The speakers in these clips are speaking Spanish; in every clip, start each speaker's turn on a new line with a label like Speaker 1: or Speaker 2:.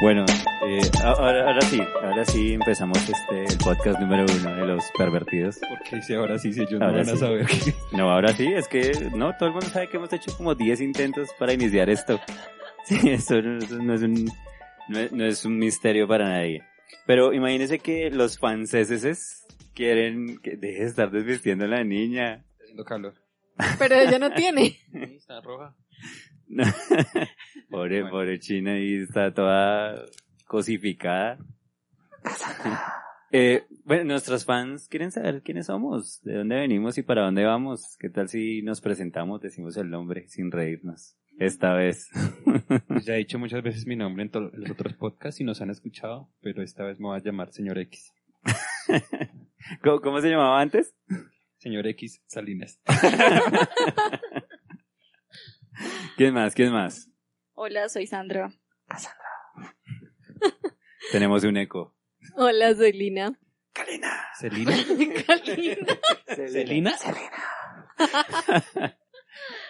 Speaker 1: Bueno, eh, ahora, ahora sí, ahora sí empezamos este, el podcast número uno de los pervertidos.
Speaker 2: Porque si ahora sí, si ellos no
Speaker 1: Ahora
Speaker 2: van a
Speaker 1: sí.
Speaker 2: saber que...
Speaker 1: No, ahora sí, es que no, todo el mundo sabe que hemos hecho como 10 intentos para iniciar esto. Sí, esto no, eso no es, un, no, es- no es un misterio para nadie. Pero imagínense que los franceses quieren que deje de estar desvistiendo a la niña.
Speaker 2: Está haciendo calor.
Speaker 3: Pero ella no tiene.
Speaker 2: está roja.
Speaker 1: pobre,
Speaker 2: Bueno.
Speaker 1: pobre China y está toda cosificada. Eh, bueno, nuestros fans quieren saber quiénes somos, de dónde venimos y para dónde vamos. ¿Qué tal si nos presentamos, decimos el nombre sin reírnos? Esta vez.
Speaker 2: Pues Ya he dicho muchas veces mi nombre en to- en los otros podcasts y nos han escuchado, pero esta vez me va a llamar señor X.
Speaker 1: ¿Cómo, cómo se llamaba antes?
Speaker 2: Señor X Salinas.
Speaker 1: ¿Quién más? ¿Quién más?
Speaker 4: Hola, soy Sandra.
Speaker 1: Tenemos un eco.
Speaker 3: Hola, soy Lina.
Speaker 2: ¿Celina?
Speaker 3: Kalina.
Speaker 2: ¿Celina?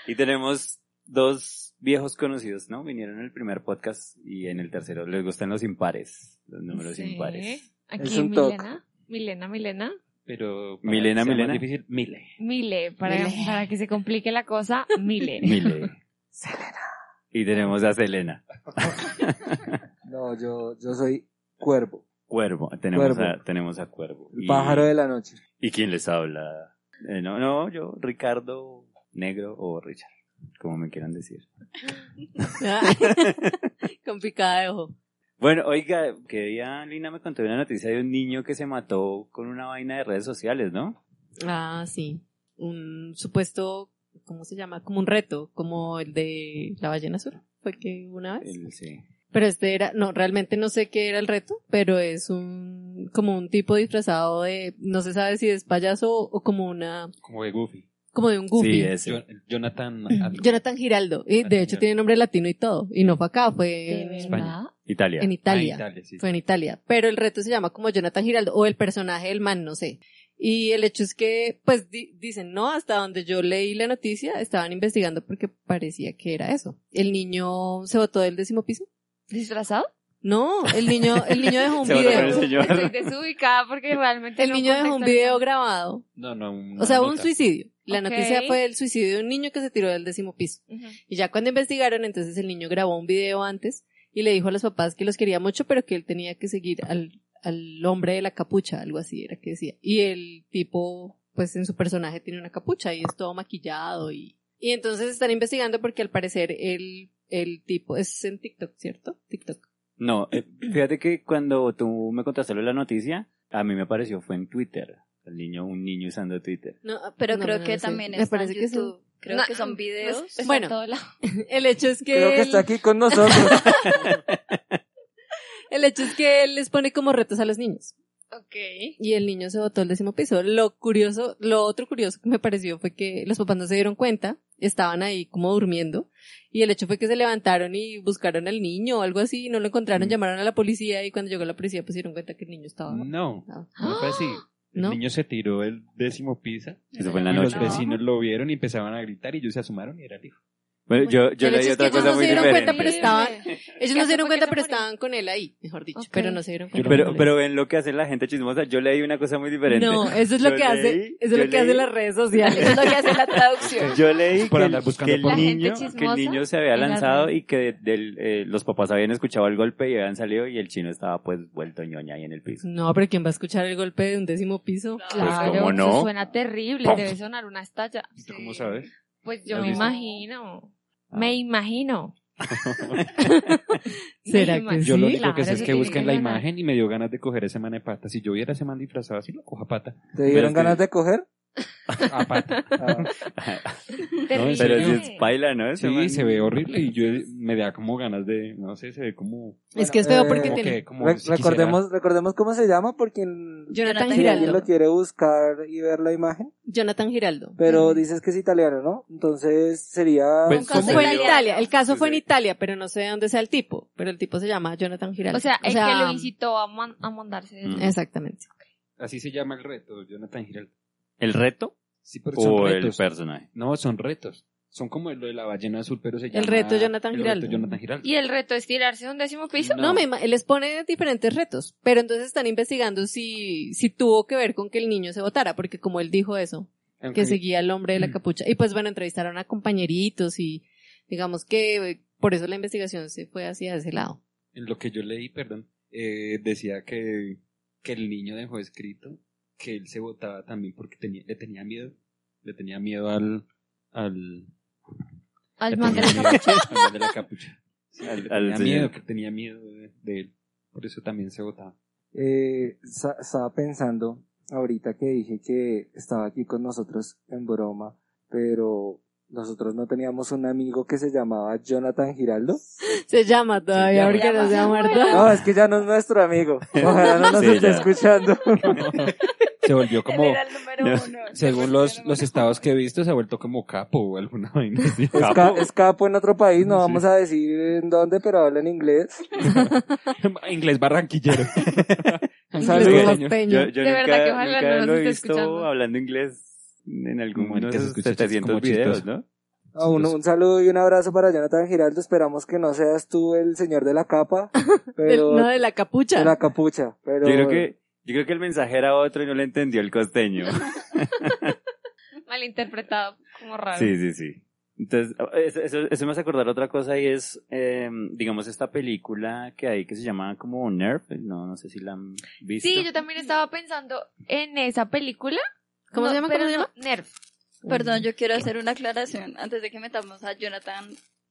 Speaker 1: Y tenemos dos viejos conocidos, ¿no? Vinieron en el primer podcast y en el tercero. Les gustan los impares, los números
Speaker 3: Sí.
Speaker 1: impares.
Speaker 5: Es
Speaker 3: Aquí
Speaker 5: un toc.
Speaker 3: Milena. Milena, Milena.
Speaker 2: Pero...
Speaker 1: Milena,
Speaker 2: que sea más
Speaker 1: Milena.
Speaker 2: difícil, Mile.
Speaker 3: Mile, para,
Speaker 5: Mile.
Speaker 3: para que se complique la cosa, Mile.
Speaker 1: Mile. Y tenemos a Selena.
Speaker 5: No, yo, yo soy cuervo,
Speaker 1: Cuervo. Tenemos,
Speaker 5: Cuervo.
Speaker 1: A, tenemos a Cuervo.
Speaker 5: el
Speaker 1: Y-
Speaker 5: pájaro de la noche.
Speaker 1: ¿Y quién les habla? Eh, no, no, yo, Ricardo Negro o Richard, como me quieran decir.
Speaker 3: Con picada de ojo.
Speaker 1: Bueno, oiga, que día Lina me contó una noticia de un niño que se mató con una vaina de redes sociales, ¿no?
Speaker 6: Ah, sí. Un supuesto, ¿cómo se llama? Como un reto, como el de la ballena azul. Fue que una vez.
Speaker 1: El- sí.
Speaker 6: Pero este era, no, realmente no sé qué era el reto, pero es un, como un tipo disfrazado de, no se sabe si es payaso o, o como una,
Speaker 2: Como de Goofy.
Speaker 6: como de un goofy.
Speaker 1: Sí, ese.
Speaker 2: Jo- Jonathan... algo.
Speaker 6: Mm, Jonathan Giraldo. Y
Speaker 2: Jonathan
Speaker 6: de hecho
Speaker 2: Giraldo.
Speaker 6: tiene nombre latino y todo. Y no fue acá, fue en,
Speaker 2: España.
Speaker 1: Italia.
Speaker 6: en
Speaker 2: Ah,
Speaker 6: Italia.
Speaker 2: Italia, sí.
Speaker 6: fue en Italia. Pero el reto se llama como Jonathan Giraldo o el personaje del man, no sé. Y el hecho es que, pues di- dicen, no, hasta donde yo leí la noticia, estaban investigando porque parecía que era eso. El niño se botó del décimo piso.
Speaker 3: ¿Disfrazado?
Speaker 6: No, el niño, el niño dejó un
Speaker 1: Se botó con el
Speaker 6: video.
Speaker 1: señor.
Speaker 3: Estoy desubicada porque realmente
Speaker 6: El
Speaker 3: no
Speaker 6: niño dejó un
Speaker 3: contextualizo.
Speaker 6: video grabado.
Speaker 2: No, no. una
Speaker 6: O sea, hubo un
Speaker 2: nota.
Speaker 6: suicidio. La
Speaker 3: Ok.
Speaker 6: noticia fue el suicidio de un niño que se tiró del décimo piso.
Speaker 3: Ujú.
Speaker 6: Y ya cuando investigaron, entonces el niño grabó un video antes y le dijo a los papás que los quería mucho, pero que él tenía que seguir al, al hombre de la capucha, algo así era que decía. Y el tipo, pues en su personaje tiene una capucha y es todo maquillado y... Y entonces están investigando porque al parecer el, el tipo es en TikTok, ¿cierto? TikTok.
Speaker 1: No, eh, fíjate que cuando tú me contaste lo de la noticia, a mí me apareció fue en Twitter. El niño, un niño usando Twitter.
Speaker 6: No,
Speaker 4: Pero
Speaker 6: no,
Speaker 4: creo
Speaker 6: no,
Speaker 4: que
Speaker 6: no sé.
Speaker 4: también
Speaker 6: Me
Speaker 4: está en
Speaker 6: parece que sí.
Speaker 4: YouTube. Creo
Speaker 3: No,
Speaker 4: que son videos.
Speaker 3: Está en
Speaker 6: Bueno.
Speaker 3: todo lado.
Speaker 6: El hecho es que...
Speaker 5: Creo que
Speaker 6: él-
Speaker 5: está aquí con nosotros.
Speaker 6: El hecho es que él les pone como retos a los niños.
Speaker 3: Ok.
Speaker 6: Y el niño se botó el décimo piso. Lo curioso, lo otro curioso que me pareció fue que los papás no se dieron cuenta, estaban ahí como durmiendo, y el hecho fue que se levantaron y buscaron al niño o algo así, y no lo encontraron,
Speaker 1: Mm.
Speaker 6: llamaron a la policía, y cuando llegó la policía pues se dieron cuenta que el niño estaba...
Speaker 2: No,
Speaker 6: estaba-
Speaker 2: no fue así.
Speaker 1: ¡Ah!
Speaker 2: El
Speaker 6: ¿No?
Speaker 2: niño se tiró el décimo piso
Speaker 1: Eso fue en la
Speaker 2: y los
Speaker 1: noche.
Speaker 2: vecinos lo vieron y empezaban a gritar y ellos se asumaron y era el hijo.
Speaker 1: Bueno, yo, yo
Speaker 6: El
Speaker 1: leí
Speaker 6: hecho es que
Speaker 1: otra
Speaker 6: ellos
Speaker 1: cosa
Speaker 6: no
Speaker 1: muy
Speaker 6: se dieron cuenta,
Speaker 1: diferente.
Speaker 6: pero estaban... Ellos no
Speaker 3: fue
Speaker 6: se dieron
Speaker 3: que
Speaker 6: cuenta,
Speaker 3: se
Speaker 6: pero
Speaker 3: murió.
Speaker 6: estaban con él ahí, mejor dicho,
Speaker 3: Ok.
Speaker 6: pero no se dieron cuenta.
Speaker 1: Pero, pero ven lo que hace la gente chismosa. Yo leí una cosa muy diferente.
Speaker 6: No, eso es lo
Speaker 1: Yo
Speaker 6: que
Speaker 1: leí-
Speaker 6: hace, eso es
Speaker 1: yo
Speaker 6: lo que hacen
Speaker 1: leí-
Speaker 6: las redes
Speaker 4: Eso es
Speaker 6: sociales.
Speaker 4: lo que hace la traducción.
Speaker 1: Yo leí
Speaker 2: Por
Speaker 1: que,
Speaker 2: andar
Speaker 1: el-
Speaker 2: buscando
Speaker 1: que el
Speaker 2: por-
Speaker 3: La gente
Speaker 1: niño, que el
Speaker 3: chismosa
Speaker 1: niño se había
Speaker 3: en las
Speaker 1: lanzado
Speaker 3: redes.
Speaker 1: y que del, eh, los papás habían escuchado el golpe y habían salido y el chino estaba pues vuelto ñoña ahí en el piso.
Speaker 6: No, pero ¿quién va a escuchar el golpe de un décimo piso?
Speaker 3: Claro,
Speaker 1: Pues, ¿cómo no?
Speaker 3: eso suena terrible,
Speaker 1: ¡Pum!
Speaker 3: debe sonar una estalla.
Speaker 2: ¿Y tú cómo sabes?
Speaker 3: Pues yo
Speaker 2: ¿Lo
Speaker 3: me
Speaker 2: viste?
Speaker 1: Ah.
Speaker 3: imagino, me imagino.
Speaker 6: ¿Será que
Speaker 3: Imagínate.
Speaker 6: sí?
Speaker 2: Yo lo único que
Speaker 3: Claro,
Speaker 2: sé es
Speaker 3: eso
Speaker 2: que
Speaker 3: tiene
Speaker 2: busquen
Speaker 3: que
Speaker 2: la
Speaker 3: ganar.
Speaker 2: imagen y me dio ganas de coger ese man de pata. Si yo viera ese man disfrazado así, lo cojo a pata.
Speaker 5: ¿Te dieron
Speaker 1: Pero-
Speaker 5: ganas de coger?
Speaker 2: A pata.
Speaker 5: Ah,
Speaker 3: Terrible.
Speaker 1: pero si es paila, ¿no? Ese
Speaker 2: Sí,
Speaker 1: man.
Speaker 2: se ve horrible y yo me da como ganas de, no sé, se ve como...
Speaker 6: Es que es feo
Speaker 5: eh,
Speaker 6: porque
Speaker 2: como
Speaker 6: tiene...
Speaker 2: que, como si
Speaker 5: re-
Speaker 2: quisiera-
Speaker 5: recordemos, recordemos cómo se llama, por quien,
Speaker 6: Jonathan
Speaker 5: si alguien
Speaker 6: Giraldo.
Speaker 5: lo quiere buscar y ver la imagen.
Speaker 6: Jonathan Giraldo.
Speaker 5: Pero dices que es italiano, ¿no? Entonces sería...
Speaker 1: Pues,
Speaker 6: caso
Speaker 1: ¿cómo?
Speaker 6: fue en
Speaker 1: Italiano.
Speaker 6: Italia, el caso
Speaker 1: Sí,
Speaker 6: fue en
Speaker 1: sí.
Speaker 6: Italia, pero no sé de dónde sea el tipo, pero el tipo se llama Jonathan Giraldo.
Speaker 3: O sea, el que lo incitó a, man- a mandarse. de-
Speaker 1: Mm.
Speaker 6: Exactamente.
Speaker 2: Así se llama el reto, Jonathan Giraldo.
Speaker 1: ¿El reto
Speaker 2: Sí, porque son
Speaker 1: o el
Speaker 2: retos.
Speaker 1: personaje?
Speaker 2: No, son retos. Son como lo de la ballena azul, pero se llama...
Speaker 6: reto Jonathan
Speaker 2: el
Speaker 6: Giraldo.
Speaker 2: reto Jonathan Giraldo.
Speaker 3: Y el reto es tirarse de un décimo piso.
Speaker 6: No, me ima- les pone diferentes retos, pero entonces están investigando si, si tuvo que ver con que el niño se votara, porque como él dijo eso,
Speaker 2: Aunque-
Speaker 6: que seguía al hombre de
Speaker 1: Mm.
Speaker 6: la capucha. Y pues bueno, entrevistaron a compañeritos y digamos que eh, por eso la investigación se fue hacia ese lado.
Speaker 2: en lo que yo leí, perdón, eh, decía que, que el niño dejó escrito que él se votaba también porque tenía, le tenía miedo. Le tenía miedo al. al
Speaker 3: Al
Speaker 2: le
Speaker 3: man de
Speaker 2: tenía
Speaker 3: la
Speaker 2: miedo al man de la capucha. Sí,
Speaker 1: Al-
Speaker 2: le
Speaker 1: al
Speaker 2: tenía
Speaker 1: señor.
Speaker 2: miedo, que tenía miedo de, de él. Por eso también se votaba.
Speaker 5: Eh, sa- estaba pensando ahorita que dije que estaba aquí con nosotros en broma, pero nosotros no teníamos un amigo que se llamaba Jonathan Giraldo.
Speaker 6: Se llama todavía
Speaker 1: llama.
Speaker 6: porque no se ha muerto.
Speaker 5: No, es que ya no es nuestro amigo. Ojalá no nos
Speaker 1: Sí,
Speaker 5: esté
Speaker 1: ya.
Speaker 5: escuchando.
Speaker 2: Se volvió
Speaker 4: Él
Speaker 2: como.
Speaker 4: era el número
Speaker 1: No.
Speaker 4: uno.
Speaker 2: Según los, los estados que he visto, se ha vuelto como capo o alguna vaina. así.
Speaker 5: Es, ca- es capo en otro país, no
Speaker 2: Sí.
Speaker 5: vamos a decir en dónde, pero habla en inglés.
Speaker 2: Inglés barranquillero.
Speaker 5: Saludos.
Speaker 6: Incluso
Speaker 1: Oiga,
Speaker 6: más peño.
Speaker 1: Yo, yo
Speaker 3: De
Speaker 1: nunca,
Speaker 3: verdad que ojalá
Speaker 1: nunca
Speaker 3: no nos
Speaker 1: lo he
Speaker 3: esté
Speaker 1: visto
Speaker 3: escuchando.
Speaker 1: hablando inglés en alguno
Speaker 2: Marica,
Speaker 1: de
Speaker 2: se
Speaker 1: esos
Speaker 2: escucha
Speaker 1: 700
Speaker 2: como
Speaker 1: videos,
Speaker 2: chistoso.
Speaker 1: ¿no?
Speaker 5: Ah, un, un saludo y un abrazo para Jonathan Giraldo. Esperamos que no seas tú el señor de la capa,
Speaker 6: Del-
Speaker 5: pero
Speaker 6: no de la capucha.
Speaker 5: de la capucha. Pero
Speaker 1: Yo creo que yo creo que el mensaje era otro y no le entendió el costeño.
Speaker 3: Malinterpretado, como raro.
Speaker 1: Sí, sí, sí. Entonces, eso, eso- eso me hace acordar otra cosa y es, eh, digamos, esta película que hay que se llama como Nerf, no, no sé si la han visto.
Speaker 3: Sí, yo también estaba pensando en esa película.
Speaker 6: ¿Cómo se llama?
Speaker 3: pero
Speaker 6: ¿Cómo se
Speaker 3: no-
Speaker 6: llama?
Speaker 3: Nerf.
Speaker 4: Perdón, yo quiero hacer una aclaración antes de que metamos a Jonathan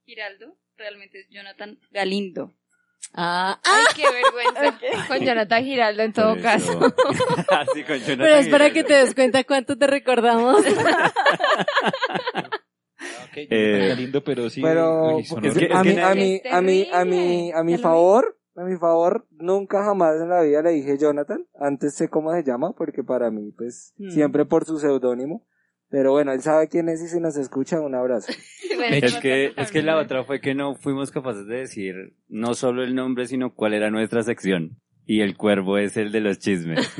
Speaker 4: Giraldo. Realmente es Jonathan Galindo.
Speaker 6: Ah,
Speaker 3: Ay, qué vergüenza. Con Jonathan Giraldo en todo
Speaker 1: Por
Speaker 3: caso.
Speaker 1: eso. Así con Jonathan
Speaker 6: pero es para
Speaker 1: Giraldo.
Speaker 6: que te des cuenta cuánto te recordamos.
Speaker 2: Okay,
Speaker 1: Eh,
Speaker 2: está lindo, pero sí.
Speaker 5: Pero
Speaker 2: uy, son
Speaker 5: es que-
Speaker 1: horribles.
Speaker 5: a mí,
Speaker 1: Es que-
Speaker 5: a mí,
Speaker 3: Es
Speaker 5: a mí, a mí, a mi
Speaker 3: terrible.
Speaker 5: favor, a mi favor, nunca jamás en la vida le dije Jonathan. Antes sé cómo se llama, porque para mí, pues,
Speaker 6: Mm.
Speaker 5: siempre por su seudónimo. Pero bueno, él sabe quién es y si nos escucha, un abrazo.
Speaker 3: Bueno,
Speaker 1: Es que, es que la
Speaker 3: horrible.
Speaker 1: otra fue que no fuimos capaces de decir no solo el nombre, sino cuál era nuestra sección. Y el cuervo es el de los chismes.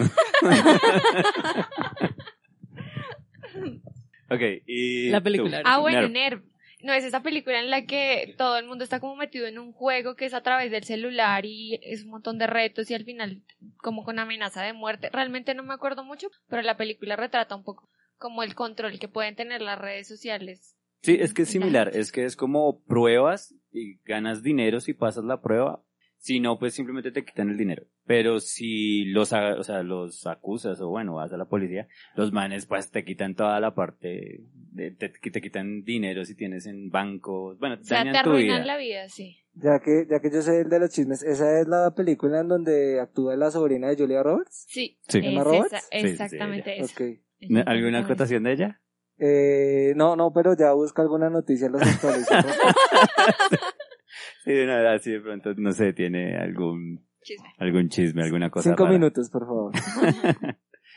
Speaker 1: ok, y.
Speaker 6: La película.
Speaker 1: tú.
Speaker 3: Ah, bueno,
Speaker 1: Nerf.
Speaker 3: Nerv. No, es esa película en la que todo el mundo está como metido en un juego que es a través del celular y es un montón de retos y al final como con amenaza de muerte. Realmente no me acuerdo mucho, pero la película retrata un poco como el control que pueden tener las redes sociales.
Speaker 1: Sí, es que es similar. Es que es como pruebas y ganas dinero si pasas la prueba. Si no, pues simplemente te quitan el dinero. Pero si los, a- o sea, los acusas o bueno, vas a la policía, los manes pues te quitan toda la parte, de- te, te quitan dinero si tienes en bancos, bueno,
Speaker 3: O
Speaker 1: te
Speaker 3: sea, te
Speaker 1: dañan tu
Speaker 3: arruinan
Speaker 1: vida.
Speaker 3: la vida, sí.
Speaker 5: Ya que, ya que yo sé el de los chismes, esa es la película en donde actúa la sobrina de Julia Roberts.
Speaker 3: Sí,
Speaker 1: Sí.
Speaker 3: es
Speaker 5: ¿Emma
Speaker 3: esa-
Speaker 5: Roberts?
Speaker 1: sí, sí,
Speaker 3: exactamente esa.
Speaker 5: Ok.
Speaker 1: ¿No- ¿Alguna acotación de ella?
Speaker 5: Eh, no, no, pero ya busca alguna noticia, los actualizo.
Speaker 1: Sí, de nada, así de pronto, no sé, tiene algún,
Speaker 4: Chisme.
Speaker 1: algún chisme, alguna
Speaker 2: Pues
Speaker 1: cosa.
Speaker 5: Cinco
Speaker 1: rara.
Speaker 5: minutos, por favor.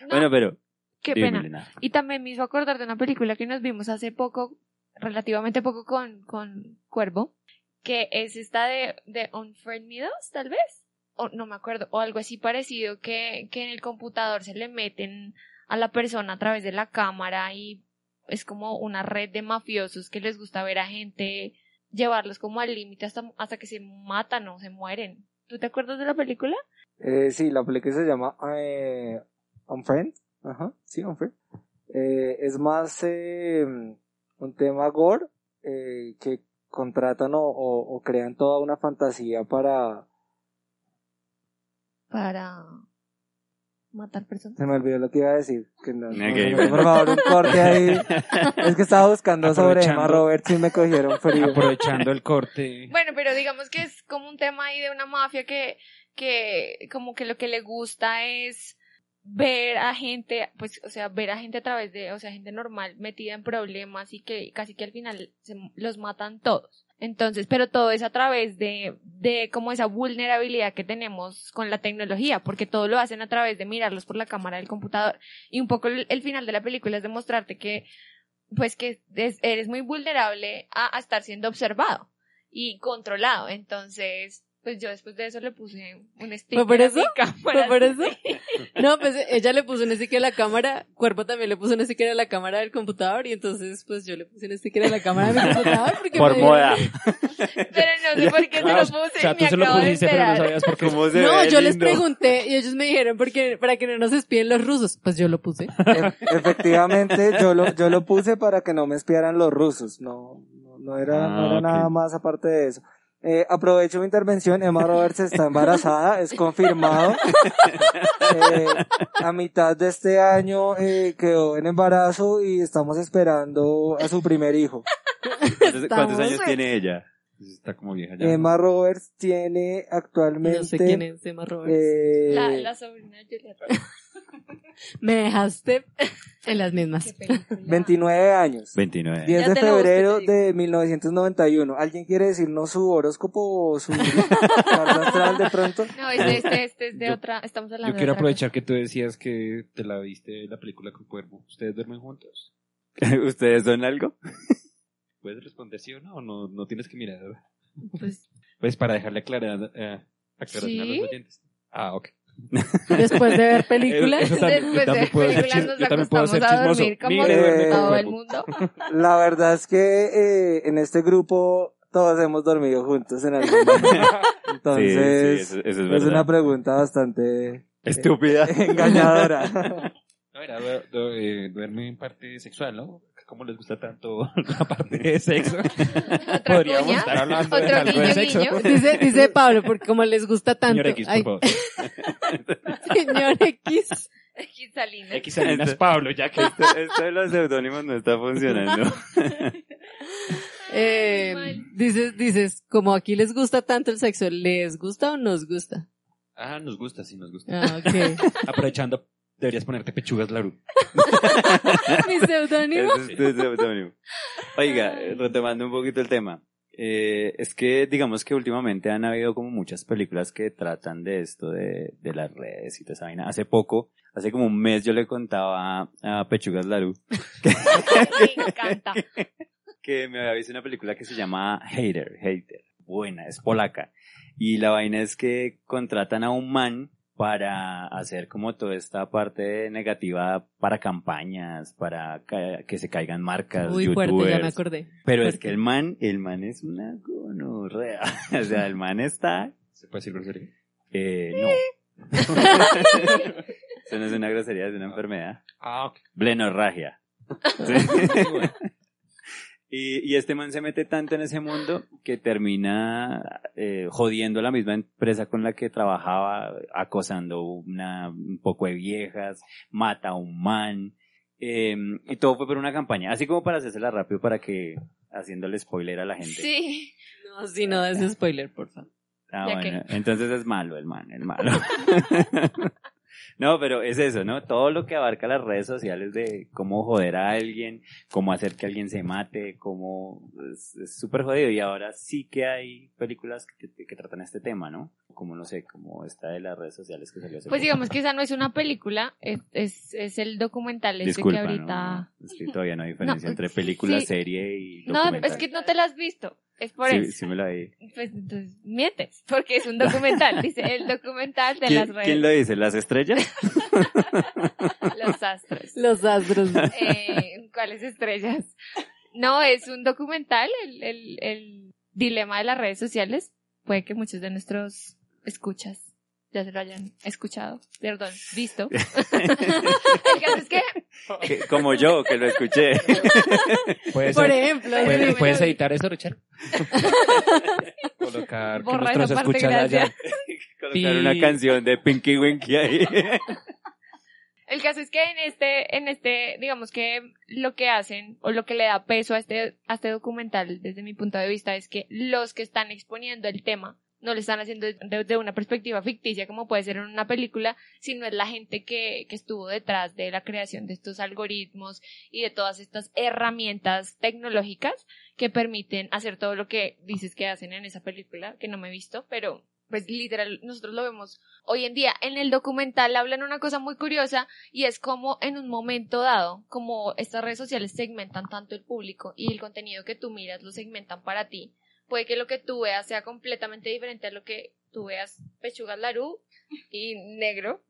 Speaker 3: No,
Speaker 1: Bueno, pero,
Speaker 3: qué
Speaker 1: dime,
Speaker 3: pena.
Speaker 1: Elena.
Speaker 3: Y también me hizo acordar de una película que nos vimos hace poco, relativamente poco con, con Cuervo, que es esta de, de Unfriend Me Us, tal vez, o no me acuerdo, o algo así parecido, que, que en el computador se le meten a la persona a través de la cámara y es como una red de mafiosos que les gusta ver a gente, llevarlos como al límite hasta, hasta que se matan o se mueren. ¿Tú te acuerdas de la película?
Speaker 5: Eh, sí, la película se llama eh, Unfriend. Ajá, sí, Unfriend. Eh, es más eh, un tema gore eh, que contratan o, o- o crean toda una fantasía para...
Speaker 3: Para... matar personas.
Speaker 5: Se me olvidó lo que iba a decir. que no- no,
Speaker 1: Ok,
Speaker 5: no,
Speaker 1: bueno.
Speaker 5: Por favor, un corte ahí. Es que estaba buscando sobre Emma
Speaker 2: Aprovechando.
Speaker 5: Roberts y me cogieron frío.
Speaker 2: Aprovechando el corte.
Speaker 3: Bueno, pero digamos que es como un tema ahí de una mafia que, que como que lo que le gusta es ver a gente, pues, o sea, ver a gente a través de, o sea, gente normal metida en problemas y que casi que al final se- los matan todos. Entonces, pero todo es a través de, de como esa vulnerabilidad que tenemos con la tecnología, porque todo lo hacen a través de mirarlos por la cámara del computador. Y un poco el el final de la película es demostrarte que, pues que es- eres muy vulnerable a- a estar siendo observado y controlado. Entonces, pues yo después de eso le puse un sticker
Speaker 6: por
Speaker 3: a
Speaker 6: eso?
Speaker 3: mi cámara.
Speaker 6: ¿Fue por eso?
Speaker 3: Sí.
Speaker 6: No, pues ella le puso un sticker a la cámara, Cuerpo también le puso un sticker a la cámara del computador y entonces pues yo le puse un sticker a la cámara de mi computador porque
Speaker 1: Por
Speaker 6: me dieron-
Speaker 1: moda.
Speaker 3: Pero no sé por qué se lo
Speaker 2: Ah,
Speaker 3: puse.
Speaker 2: O sea, tú
Speaker 3: me
Speaker 2: se lo
Speaker 3: acabo de
Speaker 2: pusiste, pero no
Speaker 3: enterar.
Speaker 2: sabías por qué.
Speaker 1: ¿Cómo se
Speaker 6: No,
Speaker 1: ve
Speaker 6: yo les
Speaker 1: lindo?
Speaker 6: pregunté y ellos me dijeron porque para que no nos espíen los rusos, pues yo lo puse.
Speaker 5: E- Efectivamente, yo lo, yo lo puse para que no me espiaran los rusos. No, no, no era, no
Speaker 1: Ah,
Speaker 5: era
Speaker 1: ok.
Speaker 5: nada más aparte de eso. Eh, aprovecho mi intervención. Emma Roberts está embarazada, es confirmado. Eh, a mitad de este año eh, quedó en embarazo y estamos esperando a su primer hijo.
Speaker 1: ¿Cuántos, cuántos
Speaker 6: Estamos-
Speaker 1: años tiene ella?
Speaker 2: Está como vieja ya.
Speaker 5: Emma Roberts tiene actualmente.
Speaker 6: No sé quién es Emma Roberts.
Speaker 5: eh,
Speaker 4: La, la sobrina de Julia Roberts.
Speaker 6: Me dejaste en las mismas.
Speaker 3: Qué película.
Speaker 5: 29 años.
Speaker 1: 29.
Speaker 5: 10
Speaker 4: Ya
Speaker 5: de
Speaker 4: te la busqué,
Speaker 5: febrero
Speaker 4: te digo.
Speaker 5: de 1991. ¿Alguien quiere decirnos su horóscopo o su carta astral de pronto?
Speaker 3: No, este, este, este es de
Speaker 2: Yo-
Speaker 3: otra. Estamos hablando
Speaker 2: Yo
Speaker 3: de
Speaker 2: quiero
Speaker 3: otra
Speaker 2: aprovechar que tú decías que te la viste la película con cuervo. ¿Ustedes duermen juntos?
Speaker 1: ¿Ustedes son algo?
Speaker 2: ¿Puedes responder sí o no? No, no tienes que mirar.
Speaker 3: cosa. Pues,
Speaker 2: Pues para dejarle aclarar, eh, aclaración a
Speaker 3: ¿Sí?
Speaker 2: los oyentes. Ah, ok.
Speaker 6: Después de ver películas.
Speaker 2: Eso- eso también- yo
Speaker 3: después de
Speaker 2: también puedo ser
Speaker 3: películas
Speaker 2: chis-
Speaker 3: nos
Speaker 2: yo también puedo
Speaker 3: acostamos
Speaker 2: ser
Speaker 3: a
Speaker 2: chismoso.
Speaker 3: dormir como
Speaker 2: Mire,
Speaker 5: duerme con
Speaker 3: todo el
Speaker 2: cuervo.
Speaker 3: mundo.
Speaker 5: La verdad es que eh, en este grupo todos hemos dormido juntos en algún momento.
Speaker 1: Sí, sí,
Speaker 5: Entonces,
Speaker 1: eso, eso es
Speaker 5: es
Speaker 1: verdad.
Speaker 5: una pregunta bastante
Speaker 1: Estúpida.
Speaker 5: engañadora.
Speaker 2: No, era du- du- eh, duerme en parte sexual, ¿no? ¿Cómo les gusta tanto la parte de sexo?
Speaker 3: Otra
Speaker 2: Podríamos
Speaker 3: cuña.
Speaker 2: estar hablando de
Speaker 3: Otro
Speaker 2: algo de
Speaker 3: guiño,
Speaker 2: sexo.
Speaker 3: guiño.
Speaker 6: Dice, dice Pablo, porque como les gusta tanto.
Speaker 2: Señor X, por
Speaker 6: Ay,
Speaker 2: favor.
Speaker 6: señor X.
Speaker 3: Aquí Salinas.
Speaker 2: X Salinas Pablo, ya que...
Speaker 1: Esto, esto Este, de los seudónimos no está funcionando.
Speaker 6: Eh, dices, dices, como aquí les gusta tanto el sexo, ¿les gusta o nos gusta?
Speaker 2: Ah, nos gusta, sí, nos gusta.
Speaker 6: Ah, ok.
Speaker 2: Aprovechando, deberías ponerte pechugas, Laru.
Speaker 6: Mi seudónimo.
Speaker 1: Eso es tu seudónimo. Oiga, retomando un poquito el tema. eh, es que digamos que últimamente han habido como muchas películas que tratan de esto, de, de las redes y toda esa vaina. Hace poco, hace como un mes yo le contaba a Pechugas Larú
Speaker 3: Me encanta.
Speaker 1: que me había visto una película que se llama Hater, Hater. Buena, es polaca. Y la vaina es que contratan a un man para hacer como toda esta parte negativa para campañas, para ca- que se caigan marcas,
Speaker 6: Muy fuerte, ya me
Speaker 1: youtubers.
Speaker 6: acordé.
Speaker 1: Pero es
Speaker 6: fuerte.
Speaker 1: que el man, el man es una gonorrea. O sea, el man está,
Speaker 2: ¿Se puede decir grosería?
Speaker 1: eh, no. Eso no es una grosería, es una enfermedad.
Speaker 2: Ah, ok.
Speaker 1: Blenorragia. Sí. Y, y este man se mete tanto en ese mundo que termina eh, jodiendo a la misma empresa con la que trabajaba, acosando una, un poco de viejas, mata a un man. eh, y todo fue por una campaña. Así como para hacérsela rápido, para que haciéndole spoiler a la gente.
Speaker 3: Sí.
Speaker 6: No, si no, es spoiler, por favor.
Speaker 1: Ah,
Speaker 3: Ya
Speaker 1: bueno. Entonces es malo el man, el malo. no, pero es eso, ¿no? Todo lo que abarca las redes sociales de cómo joder a alguien, cómo hacer que alguien se mate, cómo... Es es súper jodido. Y ahora sí que hay películas que, que- que tratan este tema, ¿no? Como, no sé, como esta de las redes sociales que salió hace
Speaker 3: Pues
Speaker 1: poco.
Speaker 3: digamos que esa no es una película, es, es, es el documental este
Speaker 1: Disculpa,
Speaker 3: que ahorita...
Speaker 1: ¿no? Es que todavía no hay diferencia
Speaker 3: No,
Speaker 1: entre
Speaker 3: sí,
Speaker 1: película,
Speaker 3: sí.
Speaker 1: serie y
Speaker 3: No,
Speaker 1: documental.
Speaker 3: es que no te la has visto. Es por
Speaker 1: Sí,
Speaker 3: eso.
Speaker 1: sí me la vi.
Speaker 3: Pues entonces mientes, porque es un documental. Dice el documental de las
Speaker 1: ¿Quién,
Speaker 3: redes,
Speaker 1: ¿Quién lo dice? ¿Las estrellas?
Speaker 3: los astros.
Speaker 6: Los astros.
Speaker 3: Eh, ¿Cuáles estrellas? No, es un documental, el, el, el dilema de las redes sociales. Puede que muchos de nuestros escuchas ya se lo hayan escuchado, perdón, visto. el caso es que
Speaker 1: Que- como yo, que lo escuché.
Speaker 2: ¿Puedes,
Speaker 6: Por ejemplo,
Speaker 3: Bueno,
Speaker 2: ¿puedes,
Speaker 6: sí.
Speaker 3: bueno.
Speaker 2: puedes editar eso, Richard? Colocar que
Speaker 3: Borra esa
Speaker 2: nuestros
Speaker 3: parte,
Speaker 2: escuchas allá.
Speaker 3: gracias.
Speaker 1: Colocar una canción de Pinky Winky ahí.
Speaker 3: el caso es que en este, en este, digamos que lo que hacen o lo que le da peso a este, a este documental desde mi punto de vista es que los que están exponiendo el tema no lo están haciendo desde una perspectiva ficticia como puede ser en una película, sino es la gente que, que estuvo detrás de la creación de estos algoritmos y de todas estas herramientas tecnológicas que permiten hacer todo lo que dices que hacen en esa película, que no me he visto, pero pues literal nosotros lo vemos hoy en día. En el documental hablan una cosa muy curiosa y es como en un momento dado, como estas redes sociales segmentan tanto el público y el contenido que tú miras lo segmentan para ti. Puede que lo que tú veas sea completamente diferente a lo que tú veas pechugas larú y negro,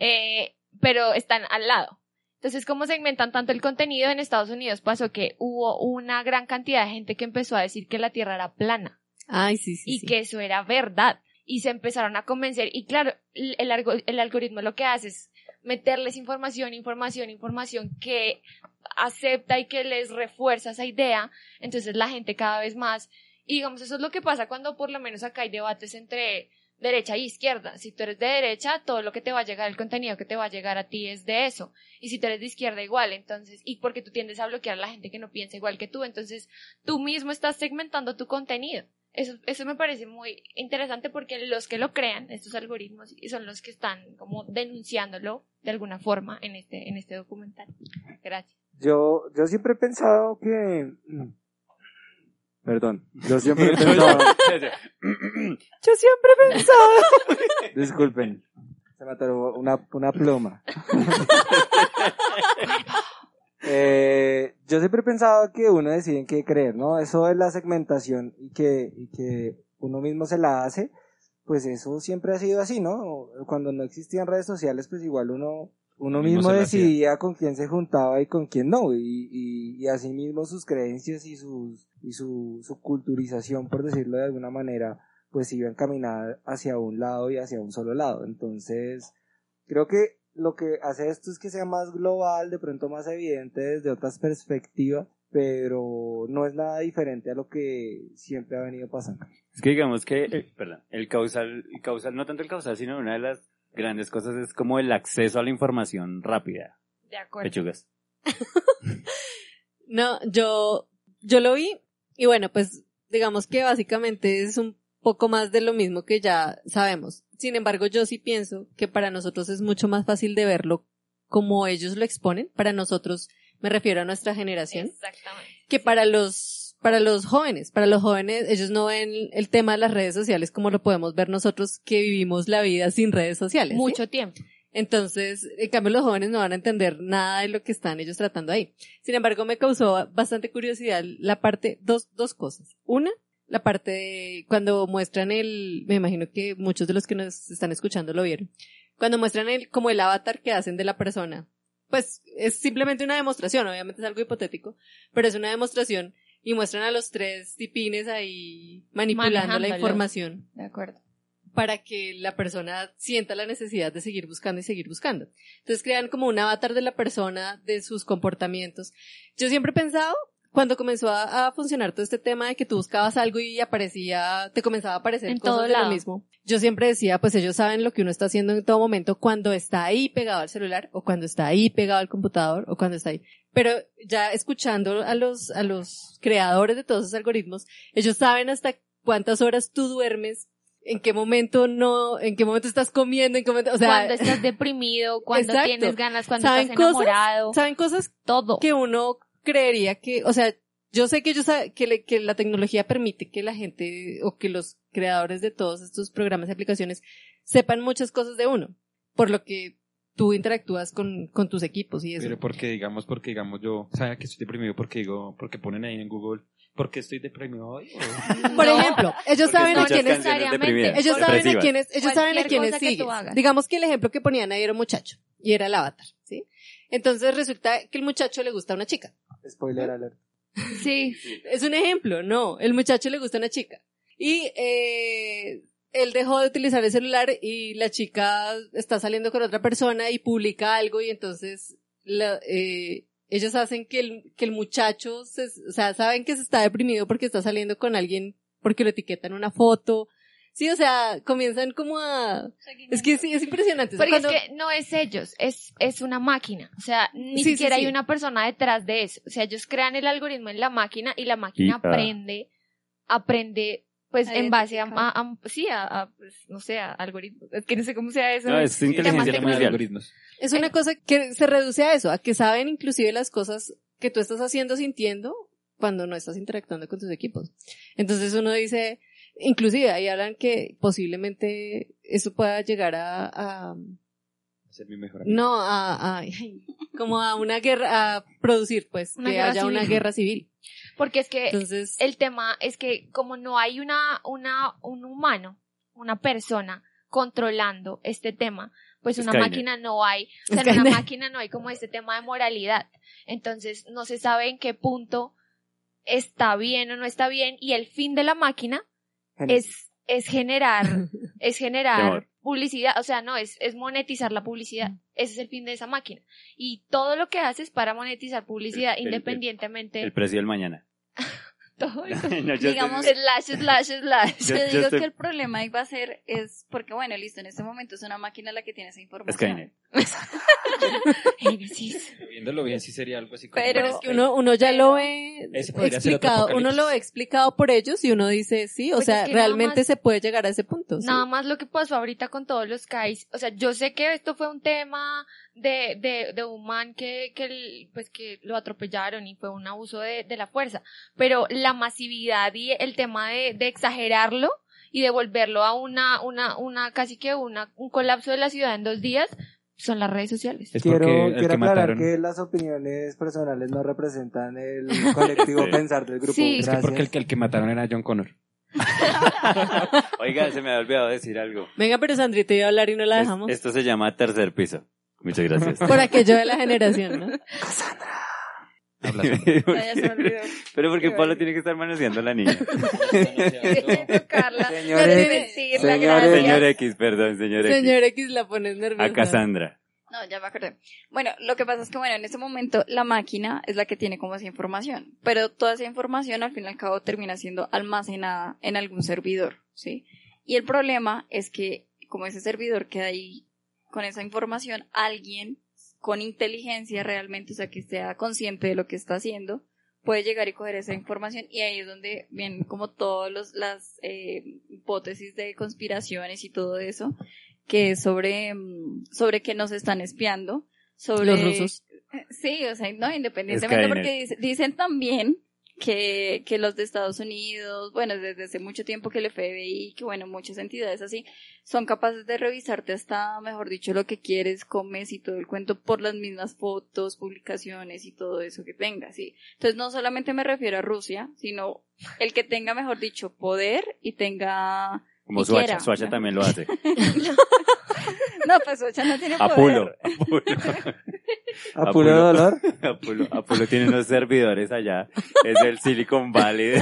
Speaker 3: eh, pero están al lado. Entonces, como segmentan tanto el contenido en Estados Unidos, pasó que hubo una gran cantidad de gente que empezó a decir que la Tierra era plana
Speaker 6: Ay, sí, sí.
Speaker 3: y
Speaker 6: sí.
Speaker 3: que eso era verdad. Y se empezaron a convencer. Y claro, el, el algo- el algoritmo lo que hace es meterles información, información, información que acepta y que les refuerza esa idea. Entonces la gente cada vez más. Y digamos, eso es lo que pasa cuando por lo menos acá hay debates entre derecha y izquierda. Si tú eres de derecha, todo lo que te va a llegar, el contenido que te va a llegar a ti es de eso. Y si tú eres de izquierda, igual. Entonces, y porque tú tiendes a bloquear a la gente que no piensa igual que tú. Entonces, tú mismo estás segmentando tu contenido. Eso, eso me parece muy interesante porque los que lo crean, estos algoritmos, y son los que están como denunciándolo de alguna forma en este, en este documental. Gracias.
Speaker 5: Yo, yo siempre he pensado que. Perdón. Yo siempre he pensado.
Speaker 6: Yo siempre he pensado.
Speaker 5: disculpen. Se me atoró una, una pluma. Eh, yo siempre he pensado que uno decide en qué creer, ¿no? Eso de la segmentación y que, y que uno mismo se la hace, pues eso siempre ha sido así, ¿no? Cuando no existían redes sociales, pues igual uno, uno
Speaker 2: Mismo
Speaker 5: mismo
Speaker 2: se la hacía.
Speaker 5: decidía con quién se juntaba y con quién no, y, y, y así mismo sus creencias y, sus, y su, su culturización, por decirlo de alguna manera, pues iba encaminada hacia un lado y hacia un solo lado. Entonces, creo que lo que hace esto es que sea más global, de pronto más evidente desde otras perspectivas, pero no es nada diferente a lo que siempre ha venido pasando.
Speaker 1: Es que digamos que, eh, perdón, el causal, el causal, no tanto el causal, sino una de las grandes cosas es como el acceso a la información rápida.
Speaker 3: De acuerdo.
Speaker 1: Pechugas.
Speaker 6: No, yo, yo lo vi y bueno, pues digamos que básicamente es un poco más de lo mismo que ya sabemos. Sin embargo, yo sí pienso que para nosotros es mucho más fácil de verlo como ellos lo exponen. Para nosotros, me refiero a nuestra generación.
Speaker 3: Exactamente.
Speaker 6: que para los para los jóvenes, para los jóvenes ellos no ven el tema de las redes sociales como lo podemos ver nosotros que vivimos la vida sin redes sociales. ¿sí?
Speaker 3: Mucho tiempo.
Speaker 6: Entonces, en cambio los jóvenes no van a entender nada de lo que están ellos tratando ahí. Sin embargo, me causó bastante curiosidad la parte dos dos cosas. Una, la parte de cuando muestran el, me imagino que muchos de los que nos están escuchando lo vieron. Cuando muestran el como el avatar que hacen de la persona, pues es simplemente una demostración, obviamente es algo hipotético, pero es una demostración y muestran a los tres tipines ahí manipulando la
Speaker 3: Manejándolo.
Speaker 6: información
Speaker 3: De acuerdo.
Speaker 6: para que la persona sienta la necesidad de seguir buscando y seguir buscando. Entonces crean como un avatar de la persona, de sus comportamientos. Yo siempre he pensado, cuando comenzó a, a funcionar todo este tema de que tú buscabas algo y aparecía, te comenzaba a aparecer
Speaker 3: En
Speaker 6: cosas
Speaker 3: todo
Speaker 6: de lo
Speaker 3: lado.
Speaker 6: mismo. Yo siempre decía, pues ellos saben lo que uno está haciendo en todo momento cuando está ahí pegado al celular o cuando está ahí pegado al computador o cuando está ahí. Pero ya escuchando a los, a los creadores de todos esos algoritmos, ellos saben hasta cuántas horas tú duermes, en qué momento no, en qué momento estás comiendo, en qué momento, o sea,
Speaker 3: cuando estás deprimido, cuando
Speaker 6: Exacto.
Speaker 3: tienes ganas, cuando
Speaker 6: ¿Saben
Speaker 3: estás enamorado,
Speaker 6: saben cosas
Speaker 3: todo.
Speaker 6: que uno creería que, o sea, yo sé que ellos sab- que, le- que la tecnología permite que la gente o que los creadores de todos estos programas y aplicaciones sepan muchas cosas de uno, por lo que tú interactúas con, con tus equipos y eso.
Speaker 2: Pero porque digamos, porque digamos yo, ¿sabes que estoy deprimido? Porque digo, porque ponen ahí en Google, porque estoy deprimido hoy? O-
Speaker 6: por
Speaker 3: No,
Speaker 6: ejemplo,
Speaker 1: Porque
Speaker 6: ellos saben a
Speaker 1: escuchas
Speaker 6: quiénes
Speaker 1: canciones
Speaker 3: necesariamente.
Speaker 1: deprimidas,
Speaker 6: Ellos saben a
Speaker 1: depresivas.
Speaker 6: quiénes, ellos saben a
Speaker 3: Cualquier
Speaker 6: quiénes
Speaker 3: cosa que tú
Speaker 6: sigues.
Speaker 3: hagas.
Speaker 6: Digamos que el ejemplo que ponían ahí era un muchacho y era el avatar, ¿sí? Entonces resulta que el muchacho le gusta a una chica.
Speaker 5: Spoiler alert.
Speaker 3: Sí,
Speaker 6: Es un ejemplo, no, el muchacho le gusta a una chica. Y eh, él dejó de utilizar el celular y la chica está saliendo con otra persona y publica algo y entonces la- eh, ellos hacen que el, que el muchacho, se- o sea, saben que se está deprimido porque está saliendo con alguien, porque lo etiquetan en una foto, Sí, o sea, comienzan como a... Es que sí, es impresionante. O sea,
Speaker 3: Porque
Speaker 6: cuando-
Speaker 3: es que no es ellos, es, es una máquina. O sea, ni
Speaker 6: Sí, sí,
Speaker 3: siquiera
Speaker 6: sí.
Speaker 3: hay una persona detrás de eso. O sea, ellos crean el algoritmo en la máquina y la máquina
Speaker 1: ah.
Speaker 3: aprende, aprende, pues
Speaker 4: A
Speaker 3: en base a,
Speaker 4: identificar.
Speaker 3: a- a- sí, a, a, pues, no sé, a algoritmos. Es que no sé cómo sea eso.
Speaker 1: No, es inteligencia
Speaker 3: llamaste como-
Speaker 1: artificial.
Speaker 2: algoritmos.
Speaker 6: Es
Speaker 3: Eh,
Speaker 6: una cosa que se reduce a eso, a que saben inclusive las cosas que tú estás haciendo, sintiendo, cuando no estás interactuando con tus equipos. Entonces uno dice, inclusive ahí hablan que posiblemente eso pueda llegar a, a-
Speaker 2: Ese es mi mejor amigo.
Speaker 6: no, a, a- como a una guerra, a producir pues,
Speaker 3: Una
Speaker 6: que
Speaker 3: guerra
Speaker 6: haya una
Speaker 3: civil. Eh,
Speaker 6: guerra civil.
Speaker 3: Porque es que
Speaker 6: Entonces,
Speaker 3: El tema es que como no hay una, una, un humano, una persona controlando este tema, pues una
Speaker 1: Skynet.
Speaker 3: máquina no hay, o sea, en una
Speaker 6: Skynet.
Speaker 3: máquina no hay como este tema de moralidad. Entonces no se sabe en qué punto está bien o no está bien y el fin de la máquina es, es generar, es generar
Speaker 1: Temor.
Speaker 3: publicidad, o sea, no, es, es monetizar la publicidad. Ese es el fin de esa máquina. Y todo lo que haces para monetizar publicidad,
Speaker 1: El- el- el-
Speaker 3: independientemente
Speaker 1: El precio del mañana.
Speaker 3: todo eso.
Speaker 1: No, yo-
Speaker 4: Digamos,
Speaker 1: yo-
Speaker 4: slash, slash, slash.
Speaker 1: Yo-
Speaker 4: Yo,
Speaker 1: yo
Speaker 4: digo
Speaker 1: estoy-
Speaker 4: que el problema iba a ser, es porque, bueno, listo, en este momento es una máquina la que tiene esa información.
Speaker 1: Skynet.
Speaker 3: Génesis.
Speaker 2: Viéndolo bien, sí sería algo así como.
Speaker 4: Pero-
Speaker 6: Pero es que uno, uno ya lo ve
Speaker 2: Ese podría ser otro
Speaker 6: explicado, uno lo
Speaker 2: apocalipsis.
Speaker 6: ve explicado por ellos y uno dice, sí, o
Speaker 3: Pues
Speaker 6: sea,
Speaker 3: es que nada
Speaker 6: realmente
Speaker 3: más-
Speaker 6: se puede llegar a ese punto. sí.
Speaker 3: Nada más lo que pasó ahorita con todos los guys. O sea, yo sé que esto fue un tema de, de, de un man que, que, el- pues que lo atropellaron y fue un abuso de, de la fuerza. Pero la masividad y el tema de, de exagerarlo y de volverlo a una, una, una, casi que una, un colapso de la ciudad en dos días son las redes sociales.
Speaker 2: Es
Speaker 5: este, Quiero,
Speaker 2: porque el
Speaker 5: quiero
Speaker 2: que
Speaker 5: aclarar
Speaker 2: mataron.
Speaker 5: que las opiniones personales no representan el colectivo
Speaker 1: Sí.
Speaker 5: pensar del grupo.
Speaker 3: Sí.
Speaker 2: Es que
Speaker 5: Gracias.
Speaker 2: porque el que, el que mataron era John Connor.
Speaker 1: Oiga, se me había olvidado decir algo.
Speaker 6: Venga, pero Sandrita iba a hablar y no la
Speaker 1: Es-
Speaker 6: dejamos.
Speaker 1: esto se llama tercer piso. Muchas gracias.
Speaker 6: Por aquello de la generación, ¿no?
Speaker 2: Habla solo.
Speaker 4: No, ya se me olvidó.
Speaker 1: Pero porque
Speaker 4: Qué
Speaker 1: Pablo
Speaker 4: vale.
Speaker 1: tiene que estar manoseando a la niña.
Speaker 4: Tiene que tocarla.
Speaker 5: Señores,
Speaker 4: no tiene- sí, la
Speaker 5: señores.
Speaker 4: gracia.
Speaker 1: Señor X, perdón, señor X.
Speaker 6: Señor X la pones nerviosa.
Speaker 1: A Cassandra.
Speaker 4: No, ya me acordé. Bueno, lo que pasa es que, bueno, en este momento la máquina es la que tiene como esa información, pero toda esa información al fin y al cabo termina siendo almacenada en algún servidor, ¿sí? Y el problema es que, como ese servidor queda ahí con esa información, alguien con inteligencia realmente, o sea, que sea consciente de lo que está haciendo, puede llegar y coger esa información y ahí es donde vienen como todas las eh, hipótesis de conspiraciones y todo eso, que es sobre, mm, sobre que nos están espiando, sobre
Speaker 6: Los rusos.
Speaker 4: Sí, o sea, no, independientemente,
Speaker 1: Skynet.
Speaker 4: porque dice- dicen también que, que los de Estados Unidos, bueno, desde hace mucho tiempo que el FBI, que bueno, muchas entidades así, son capaces de revisarte hasta, mejor dicho, lo que quieres, comes y todo el cuento por las mismas fotos, publicaciones y todo eso que tengas, ¿sí? Entonces, no solamente me refiero a Rusia, sino el que tenga, mejor dicho, poder y tenga...
Speaker 1: Como
Speaker 4: Y quiera.
Speaker 1: Suacha. Suacha también lo hace.
Speaker 4: No, pues Ocha no tiene poder.
Speaker 1: Apolo. Apolo.
Speaker 2: Ah,
Speaker 5: a
Speaker 1: Apuro.
Speaker 5: puro dolor.
Speaker 1: Apolo, Apolo tiene unos servidores allá. Es el Silicon Valley.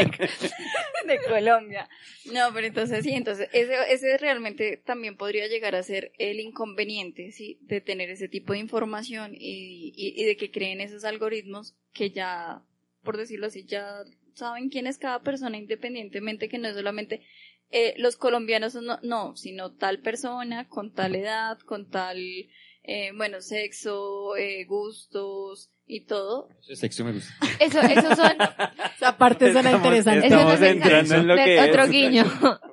Speaker 4: de Colombia. No, pero entonces sí, entonces ese, ese realmente también podría llegar a ser el inconveniente, sí, de tener ese tipo de información y, y- y de que creen esos algoritmos que ya, por decirlo así, ya saben quién es cada persona independientemente que no es solamente eh, los colombianos son no, no, sino tal persona con tal edad, con tal, eh, bueno, sexo, eh, gustos y todo.
Speaker 2: Ese sexo me gusta.
Speaker 3: Eso, eso son,
Speaker 6: Esa parte suena
Speaker 1: Estamos-
Speaker 6: interesante.
Speaker 3: eso
Speaker 1: Estamos
Speaker 3: no es
Speaker 1: entrando en lo
Speaker 3: interesante.
Speaker 1: que es.
Speaker 3: otro guiño.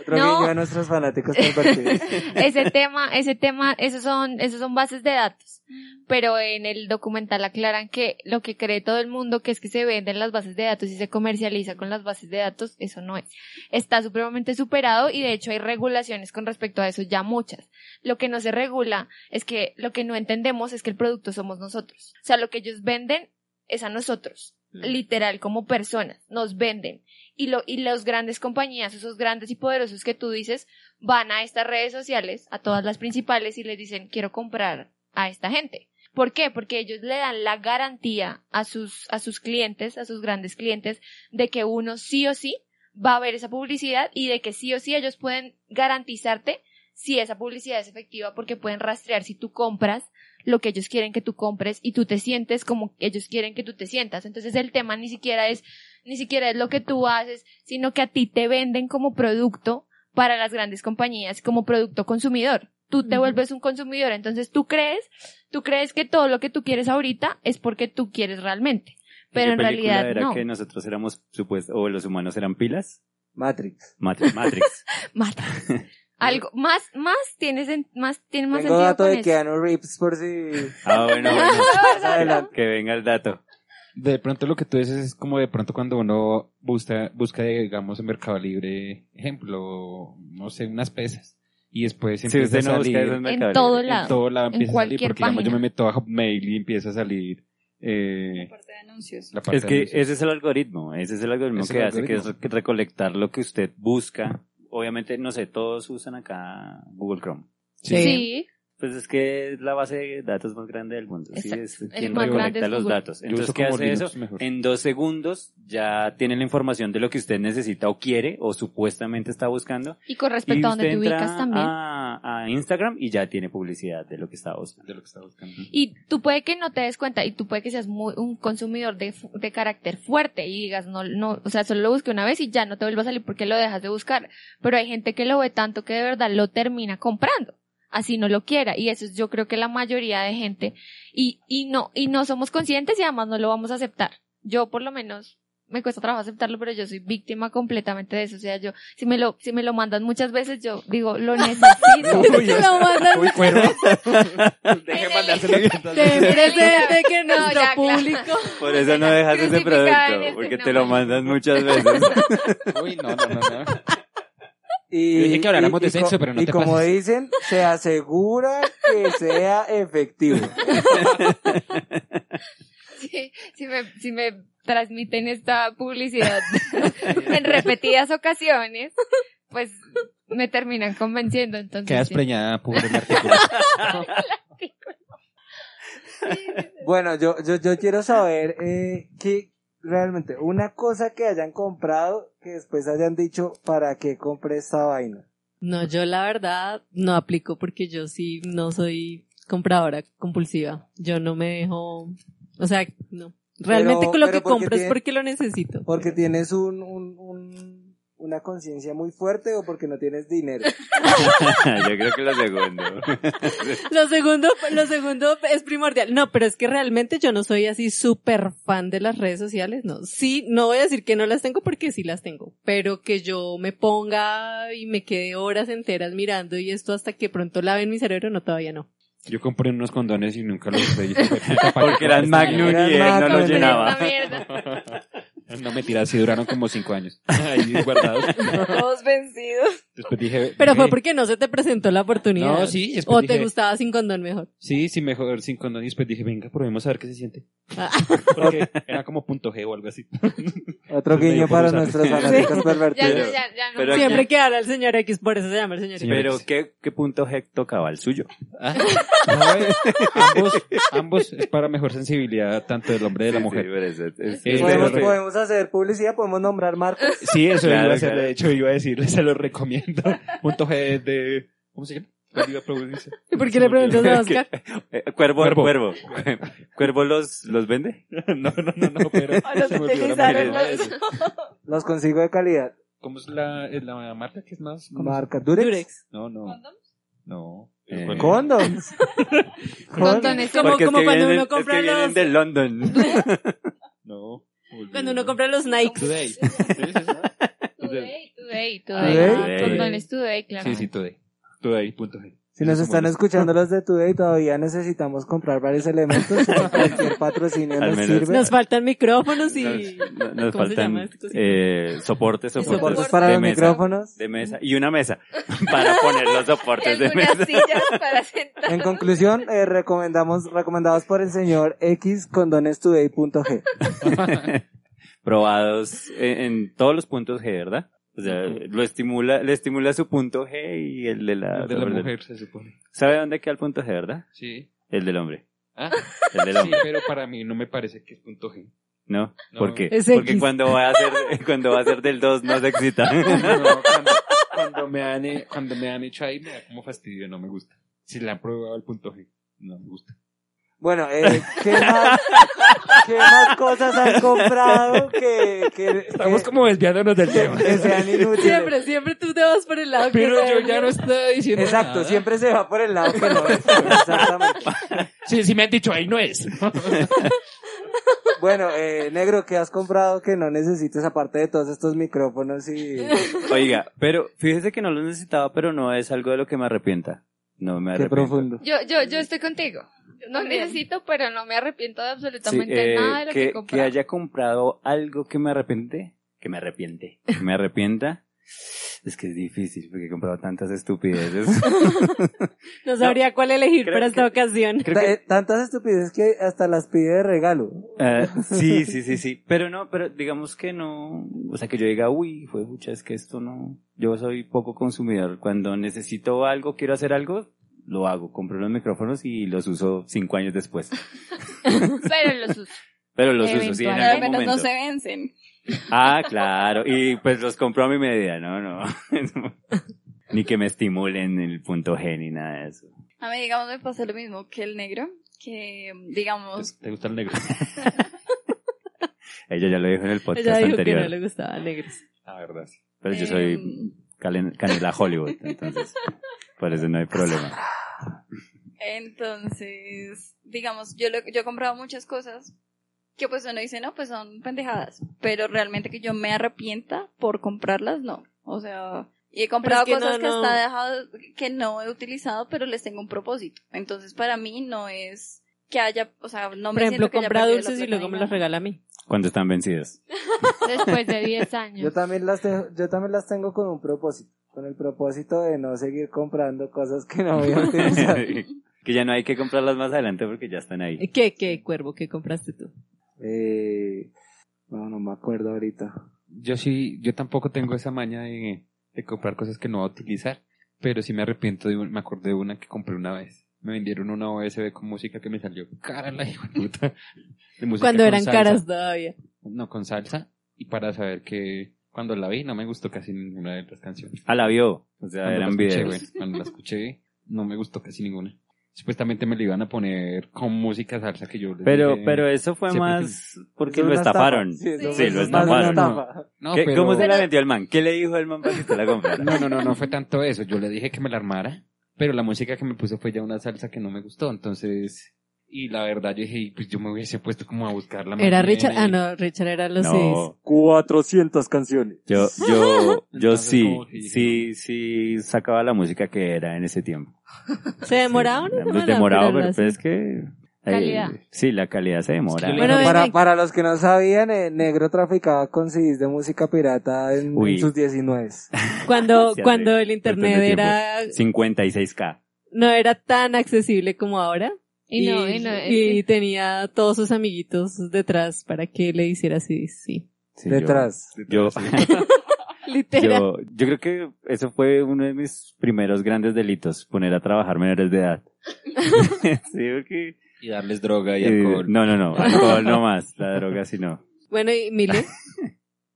Speaker 5: Otro
Speaker 3: No.
Speaker 5: guiño a nuestros fanáticos pervertidos.
Speaker 3: ese tema, ese tema, esos son, esos son bases de datos. Pero en el documental aclaran que lo que cree todo el mundo, que es que se venden las bases de datos y se comercializa con las bases de datos, eso no es. Está supremamente superado y de hecho hay regulaciones con respecto a eso, ya muchas. Lo que no se regula es que lo que no entendemos es que el producto somos nosotros. O sea, lo que ellos venden es a nosotros, literal, como personas, nos venden. Y, lo, y las grandes compañías, esos grandes y poderosos que tú dices, van a estas redes sociales, a todas las principales, y les dicen, quiero comprar a esta gente. ¿Por qué? Porque ellos le dan la garantía a sus, a sus clientes, a sus grandes clientes, de que uno sí o sí va a ver esa publicidad y de que sí o sí ellos pueden garantizarte si esa publicidad es efectiva porque pueden rastrear si tú compras lo que ellos quieren que tú compres y tú te sientes como ellos quieren que tú te sientas. Entonces el tema ni siquiera es ni siquiera es lo que tú haces, sino que a ti te venden como producto para las grandes compañías, como producto consumidor. Tú te
Speaker 6: Ujú.
Speaker 3: vuelves un consumidor, entonces tú crees, tú crees que todo lo que tú quieres ahorita es porque tú quieres realmente. Pero
Speaker 1: ¿Qué
Speaker 3: en
Speaker 1: película
Speaker 3: realidad
Speaker 1: era
Speaker 3: no.
Speaker 1: que nosotros éramos supuesto o los humanos eran pilas?
Speaker 5: Matrix.
Speaker 1: Matri- Matrix.
Speaker 3: Mata. Algo más, más tienes más tiene más
Speaker 5: Tengo
Speaker 3: sentido
Speaker 5: dato
Speaker 3: con
Speaker 5: de
Speaker 3: eso.
Speaker 5: Keanu Reeves por si...
Speaker 1: ah, bueno, bueno.
Speaker 5: Adelante.
Speaker 1: que venga el dato.
Speaker 2: De pronto lo que tú dices es como de pronto cuando uno busca, busca digamos, en Mercado Libre, ejemplo, no sé, unas pesas. Y después
Speaker 1: Si
Speaker 2: empieza
Speaker 1: usted
Speaker 2: a
Speaker 1: no busca
Speaker 2: salir
Speaker 1: eso en Mercado
Speaker 3: En todo
Speaker 1: Libre.
Speaker 3: lado.
Speaker 2: en todo lado
Speaker 3: en
Speaker 2: empieza a salir.
Speaker 3: cualquier
Speaker 2: Porque digamos, yo
Speaker 3: página.
Speaker 2: me meto a Hotmail y empieza a salir eh,
Speaker 4: Parte de anuncios.
Speaker 2: la parte
Speaker 1: Es
Speaker 2: de
Speaker 1: que
Speaker 2: anuncios.
Speaker 1: ese es el algoritmo, ese es el algoritmo
Speaker 2: Es el
Speaker 1: que hace que
Speaker 2: algoritmo.
Speaker 1: es que recolectar lo que usted busca. Obviamente, no sé, todos usan acá Google Chrome.
Speaker 3: Sí.
Speaker 1: Pues es que es la base de datos más grande del mundo. ¿sí?
Speaker 3: Exacto.
Speaker 1: Es
Speaker 3: El
Speaker 1: quien
Speaker 3: más grande
Speaker 1: recolecta
Speaker 3: es
Speaker 1: los
Speaker 3: Google.
Speaker 1: datos.
Speaker 2: Yo
Speaker 1: Entonces,
Speaker 2: uso
Speaker 1: ¿qué
Speaker 2: como
Speaker 1: hace
Speaker 2: Linux
Speaker 1: eso?
Speaker 2: mejor.
Speaker 1: En dos segundos ya tiene la información de lo que usted necesita o quiere o supuestamente está buscando.
Speaker 3: Y con
Speaker 1: Y
Speaker 3: respecto a donde
Speaker 1: usted
Speaker 3: te
Speaker 1: entra
Speaker 3: ubicas también.
Speaker 1: A, a Instagram y ya tiene publicidad de lo que está buscando.
Speaker 2: de lo que está buscando.
Speaker 3: Y tú puede que no te des cuenta y tú puede que seas muy, un consumidor de, fu- de carácter fuerte y digas, no, no, o sea, solo lo busqué una vez y ya no te vuelvo a salir porque lo dejas de buscar. Pero hay gente que lo ve tanto que de verdad lo termina comprando. Así no lo quiera. Y eso es yo creo que la mayoría de gente. Y, y no, y no somos conscientes y además no lo vamos a aceptar. Yo por lo menos me cuesta trabajo aceptarlo, pero yo soy víctima completamente de eso. O sea, yo, si me lo, si me lo mandan muchas veces, yo digo, lo necesito.
Speaker 6: Te lo mandan
Speaker 2: Uy, cuero.
Speaker 3: En
Speaker 2: Deje
Speaker 3: el-
Speaker 2: mandárselo bien.
Speaker 6: Ten presente que
Speaker 3: No,
Speaker 6: nuestro
Speaker 3: ya, claro.
Speaker 6: público
Speaker 1: Por eso no dejas ese
Speaker 3: Crucificada
Speaker 1: producto,
Speaker 3: en este
Speaker 1: porque te lo
Speaker 3: nombre.
Speaker 1: mandan muchas veces.
Speaker 2: Uy, no, no, no, no.
Speaker 5: Y,
Speaker 2: Yo dije que habláramos de
Speaker 5: co-
Speaker 2: sexo, pero no
Speaker 5: y
Speaker 2: te
Speaker 5: como
Speaker 2: pases.
Speaker 5: dicen, se asegura que sea efectivo.
Speaker 3: Sí, si me, si me transmiten esta publicidad en repetidas ocasiones, pues me terminan convenciendo. Entonces,
Speaker 2: Quedas
Speaker 3: sí.
Speaker 2: preñada por el artículo.
Speaker 5: Bueno, yo, yo, yo quiero saber eh, que realmente una cosa que hayan comprado que después hayan dicho para qué compré esta vaina.
Speaker 6: No, yo la verdad no aplico porque yo sí no soy compradora compulsiva. Yo no me dejo, o sea, no. Realmente
Speaker 5: Pero-
Speaker 6: con lo
Speaker 5: pero
Speaker 6: que
Speaker 5: porque
Speaker 6: compro es
Speaker 5: tiene-
Speaker 6: porque lo necesito.
Speaker 5: Porque tienes un, un, un- una conciencia muy fuerte o porque no tienes dinero.
Speaker 1: Yo creo que lo segundo.
Speaker 6: Lo segundo, lo segundo es primordial. No, pero es que realmente yo no soy así súper fan de las redes sociales, no. Sí, no voy a decir que no las tengo porque sí las tengo, pero que yo me ponga y me quede horas enteras mirando y esto hasta que pronto lave en mi cerebro, no, todavía no.
Speaker 2: Yo compré unos condones y nunca los usé.
Speaker 1: Porque eran Magnum y él no los
Speaker 5: Magnum.
Speaker 1: llenaba.
Speaker 3: Esta mierda.
Speaker 2: No, mentira, sí duraron como cinco años. Ahí guardados.
Speaker 4: Todos vencidos.
Speaker 2: Después dije...
Speaker 6: Pero fue
Speaker 2: "Ve".
Speaker 6: porque no se te presentó la oportunidad.
Speaker 2: No, sí, después
Speaker 6: O
Speaker 2: dije...
Speaker 6: te gustaba sin condón mejor.
Speaker 2: Sí, sí, mejor sin condón. Y después dije, venga, probemos a ver qué se siente.
Speaker 6: Ah.
Speaker 2: Porque era como punto G o algo así.
Speaker 5: Otro
Speaker 3: Pues
Speaker 2: Entonces me
Speaker 5: guiño
Speaker 2: dio por
Speaker 5: para
Speaker 2: usar.
Speaker 5: nuestros fanáticos
Speaker 3: Ya,
Speaker 5: pervertidos.
Speaker 3: ya, ya, ya no.
Speaker 1: Pero-
Speaker 6: Siempre que habla el señor X, por eso se llama el señor X.
Speaker 2: Señor
Speaker 1: Pero,
Speaker 2: X.
Speaker 1: ¿qué, qué punto G tocaba el suyo?
Speaker 2: Ah, no, eh, ambos, ambos es para mejor sensibilidad tanto del hombre de la
Speaker 1: Sí,
Speaker 2: mujer.
Speaker 1: sí, pero es- es- es-
Speaker 2: Eh,
Speaker 5: Podemos,
Speaker 2: pero-
Speaker 5: podemos hacer publicidad, podemos nombrar marcas.
Speaker 2: Sí, eso
Speaker 1: Claro,
Speaker 2: iba a ser,
Speaker 1: claro.
Speaker 2: de hecho, iba a decirle, se lo recomiendo. Punto G de... ¿Cómo se llama? ¿Cuál iba a preguntar?
Speaker 6: ¿Y por qué le preguntas a Oscar?
Speaker 1: Eh, cuervo,
Speaker 2: Cuervo.
Speaker 1: cuervo. Cuervo, los, los vende.
Speaker 2: No, no, no, no, pero...
Speaker 1: Ah,
Speaker 4: los
Speaker 2: se me olvidó la
Speaker 4: utilizaron
Speaker 2: marca.
Speaker 4: los-
Speaker 5: Los consigo de calidad.
Speaker 2: ¿Cómo es la, es la marca que es más? conocida?
Speaker 5: Marca Durex.
Speaker 2: No, no. No.
Speaker 1: Eh,
Speaker 2: Bueno,
Speaker 5: Condoms.
Speaker 3: Condones.
Speaker 6: Como,
Speaker 1: Porque es
Speaker 6: como
Speaker 1: que
Speaker 6: cuando
Speaker 1: vienen-
Speaker 6: uno compra
Speaker 1: es que vienen
Speaker 6: los...
Speaker 1: de London.
Speaker 2: No.
Speaker 6: Cuando uno compra los Nike.
Speaker 2: Today. ¿Sí es esa?
Speaker 3: Today, today,
Speaker 5: Today.
Speaker 3: today. Condones today, claro.
Speaker 2: Sí, sí, Today. Today.g.
Speaker 5: Si nos están escuchando los de Today, todavía necesitamos comprar varios elementos. Cualquier patrocinio
Speaker 1: Al
Speaker 5: nos
Speaker 1: menos.
Speaker 5: sirve.
Speaker 6: Nos faltan micrófonos y...
Speaker 1: Nos- Nos,
Speaker 6: ¿Cómo se
Speaker 1: faltan
Speaker 6: llama esta cosita?
Speaker 1: eh, soportes, soportes,
Speaker 5: Soportes para
Speaker 1: de
Speaker 5: los
Speaker 1: mesa,
Speaker 5: micrófonos.
Speaker 1: de mesa y una mesa para poner los
Speaker 3: Y
Speaker 1: soportes de mesa.
Speaker 3: algunas sillas para sentar.
Speaker 5: En conclusión, eh, recomendamos, recomendados por el señor X condonestoday.g.
Speaker 1: Probados en, en todos los puntos G, ¿verdad? O sea, lo estimula, le estimula su punto G y el de la,
Speaker 2: De la mujer, se supone.
Speaker 1: ¿Sabe dónde queda el punto G, verdad?
Speaker 2: Sí.
Speaker 1: El del hombre.
Speaker 2: Ah,
Speaker 1: El del
Speaker 2: sí,
Speaker 1: hombre.
Speaker 2: pero para mí no me parece que es punto G.
Speaker 1: ¿No?
Speaker 2: No.
Speaker 1: ¿Por qué?
Speaker 6: Es
Speaker 1: Porque
Speaker 6: X.
Speaker 1: cuando va a ser, cuando va a ser del 2 no se excita.
Speaker 2: No, cuando, cuando me han, he- cuando me han hecho ahí me da como fastidio, no me gusta. Si le han probado el punto G, no me gusta.
Speaker 5: Bueno, eh, ¿qué más? ¿Qué más cosas han comprado que, que,
Speaker 7: Estamos
Speaker 5: que-
Speaker 7: como desviándonos del tema.
Speaker 5: que sean inútiles?
Speaker 6: Siempre, siempre tú te vas por el lado que
Speaker 7: Pero
Speaker 6: te
Speaker 7: yo ya
Speaker 6: debería.
Speaker 7: no estoy diciendo
Speaker 5: Exacto,
Speaker 7: nada.
Speaker 5: siempre se va por el lado que no es. Exactamente.
Speaker 7: Sí, sí me han dicho, ahí no es.
Speaker 5: Bueno, eh, negro, ¿qué has comprado que no necesites aparte de todos estos micrófonos y...
Speaker 1: Oiga, pero fíjese que no lo necesitaba, pero no es algo de lo que me arrepienta. No me
Speaker 5: Qué
Speaker 1: arrepiento.
Speaker 5: profundo.
Speaker 3: Yo, yo, yo estoy contigo. No necesito, pero no me arrepiento de
Speaker 1: Sí,
Speaker 3: absolutamente
Speaker 1: eh,
Speaker 3: nada de lo que,
Speaker 1: que,
Speaker 3: he
Speaker 1: que
Speaker 3: comprado.
Speaker 1: haya comprado algo que me arrepiente, que me arrepiente, que me arrepienta. Es que es difícil porque he comprado tantas estupideces.
Speaker 6: No sabría cuál elegir
Speaker 1: Creo
Speaker 6: para
Speaker 1: que-
Speaker 6: esta ocasión.
Speaker 1: Creo que-
Speaker 5: Eh, Tantas estupideces que hasta las pide de regalo.
Speaker 1: Eh, sí, sí, sí, sí. Pero no, pero digamos que no. O sea, que yo diga, uy, fue mucha, es que esto no. Yo soy poco consumidor. Cuando necesito algo, quiero hacer algo, lo hago. Compro los micrófonos y los uso cinco años después.
Speaker 3: Pero los uso.
Speaker 1: Pero los uso, sí, en
Speaker 3: Eventualmente.
Speaker 4: Al
Speaker 1: algún
Speaker 4: menos
Speaker 1: momento.
Speaker 4: no se vencen.
Speaker 1: Ah, claro. Y pues los compro a mi medida, no, no. ni que me estimulen el punto G ni nada de eso.
Speaker 4: A mí, digamos, me pasa lo mismo que el negro, que, digamos,
Speaker 2: Pues, ¿Te gusta el negro?
Speaker 1: Ella ya lo dijo en el podcast
Speaker 6: Ella dijo
Speaker 1: anterior.
Speaker 6: que no le gustaba negros.
Speaker 2: La verdad. sí.
Speaker 1: Pero Pues yo soy
Speaker 4: em,
Speaker 1: calen- canela Hollywood, entonces por eso no hay problema.
Speaker 4: Entonces, digamos, yo, lo- yo he comprado muchas cosas que pues uno dice, no, pues son pendejadas, pero realmente que yo me arrepienta por comprarlas, no. O sea, y he comprado
Speaker 6: Pero es que
Speaker 4: cosas
Speaker 6: no,
Speaker 4: que
Speaker 6: no.
Speaker 4: hasta he dejado, que no he utilizado, pero les tengo un propósito. Entonces, para mí no es que haya, o sea, no me
Speaker 6: Por ejemplo,
Speaker 4: siento que haya
Speaker 6: compra
Speaker 4: perdido la
Speaker 6: dulces y
Speaker 4: plata
Speaker 6: luego
Speaker 4: ni
Speaker 6: me
Speaker 4: nada.
Speaker 6: los regala a mí.
Speaker 1: Cuando están vencidas.
Speaker 3: Después de 10 años.
Speaker 5: Yo también las te- yo también las tengo con un propósito, con el propósito de no seguir comprando cosas que no voy a utilizar.
Speaker 1: que ya no hay que comprarlas más adelante porque ya están ahí.
Speaker 6: ¿Qué, qué, cuervo? ¿Qué compraste tú?
Speaker 1: Pues,
Speaker 5: eh, no, no me acuerdo ahorita.
Speaker 2: Yo sí, yo tampoco tengo esa maña de, de comprar cosas que no voy a utilizar, pero sí me arrepiento de un- me acordé de una que compré una vez. Me vendieron una USB con música que me salió cara la hijo de puta. De música
Speaker 6: Cuando
Speaker 2: con
Speaker 6: eran
Speaker 2: salsa.
Speaker 6: caras todavía.
Speaker 2: No, con salsa. Y para saber que cuando la vi no me gustó casi ninguna de las canciones.
Speaker 1: Ah, la vio. O sea,
Speaker 2: Cuando la
Speaker 1: eran
Speaker 2: escuché,
Speaker 1: videos.
Speaker 2: güey, cuando la escuché, no me gustó casi ninguna. Supuestamente me la iban a poner con música salsa que yo les
Speaker 1: Pero,
Speaker 2: dije,
Speaker 1: pero eso fue
Speaker 2: Sí,
Speaker 1: más porque
Speaker 5: Es
Speaker 1: lo
Speaker 5: una estafa.
Speaker 1: estafaron.
Speaker 5: Sí, es
Speaker 4: Sí,
Speaker 1: Sí,
Speaker 5: es
Speaker 1: lo
Speaker 5: más una
Speaker 1: estafaron.
Speaker 5: estafa.
Speaker 2: No,
Speaker 1: ¿Qué-
Speaker 2: pero-
Speaker 1: ¿Cómo se la vendió el man? ¿Qué le dijo el man para que usted la comprara?
Speaker 2: No, no, no, no fue tanto eso. Yo le dije que me la armara, pero la música que me puso fue ya una salsa que no me gustó. Entonces, y la verdad, yo dije, pues yo me hubiese puesto como a buscarla. más
Speaker 6: Era
Speaker 2: bien,
Speaker 6: Richard.
Speaker 2: y-
Speaker 6: Ah, no, Richard era los CDs.
Speaker 1: No,
Speaker 5: 400 canciones.
Speaker 1: yo, yo, yo
Speaker 2: Entonces,
Speaker 1: sí,
Speaker 2: ¿cómo que dije
Speaker 1: sí, sí sacaba la música que era en ese tiempo.
Speaker 6: ¿Se demoraron?
Speaker 1: Sí, demorado, pero pues es que... eh,
Speaker 3: Calidad.
Speaker 1: sí, la calidad se demora.
Speaker 2: Es que
Speaker 6: Bueno,
Speaker 5: Bueno,
Speaker 6: ven,
Speaker 5: para,
Speaker 6: ven.
Speaker 5: para los que no sabían, eh, Negro traficaba con CDs de música pirata en, en
Speaker 1: Uy.
Speaker 5: sus 19.
Speaker 6: Cuando,
Speaker 1: Sí,
Speaker 6: cuando
Speaker 1: André,
Speaker 6: el internet
Speaker 1: depende del
Speaker 6: era,
Speaker 1: 56k.
Speaker 6: no era tan accesible como ahora.
Speaker 3: Y no, y no. eh, es
Speaker 6: y
Speaker 3: que-
Speaker 6: tenía todos sus amiguitos detrás para que le hiciera así, sí.
Speaker 1: Sí, yo-
Speaker 5: detrás.
Speaker 1: Yo,
Speaker 6: Literal.
Speaker 1: yo, yo creo que eso fue uno de mis primeros grandes delitos, poner a trabajar menores de edad. sí, porque...
Speaker 2: Y darles droga y
Speaker 1: eh,
Speaker 2: alcohol.
Speaker 1: no, no, no, alcohol no más, la droga sí no.
Speaker 6: Bueno, y Mile,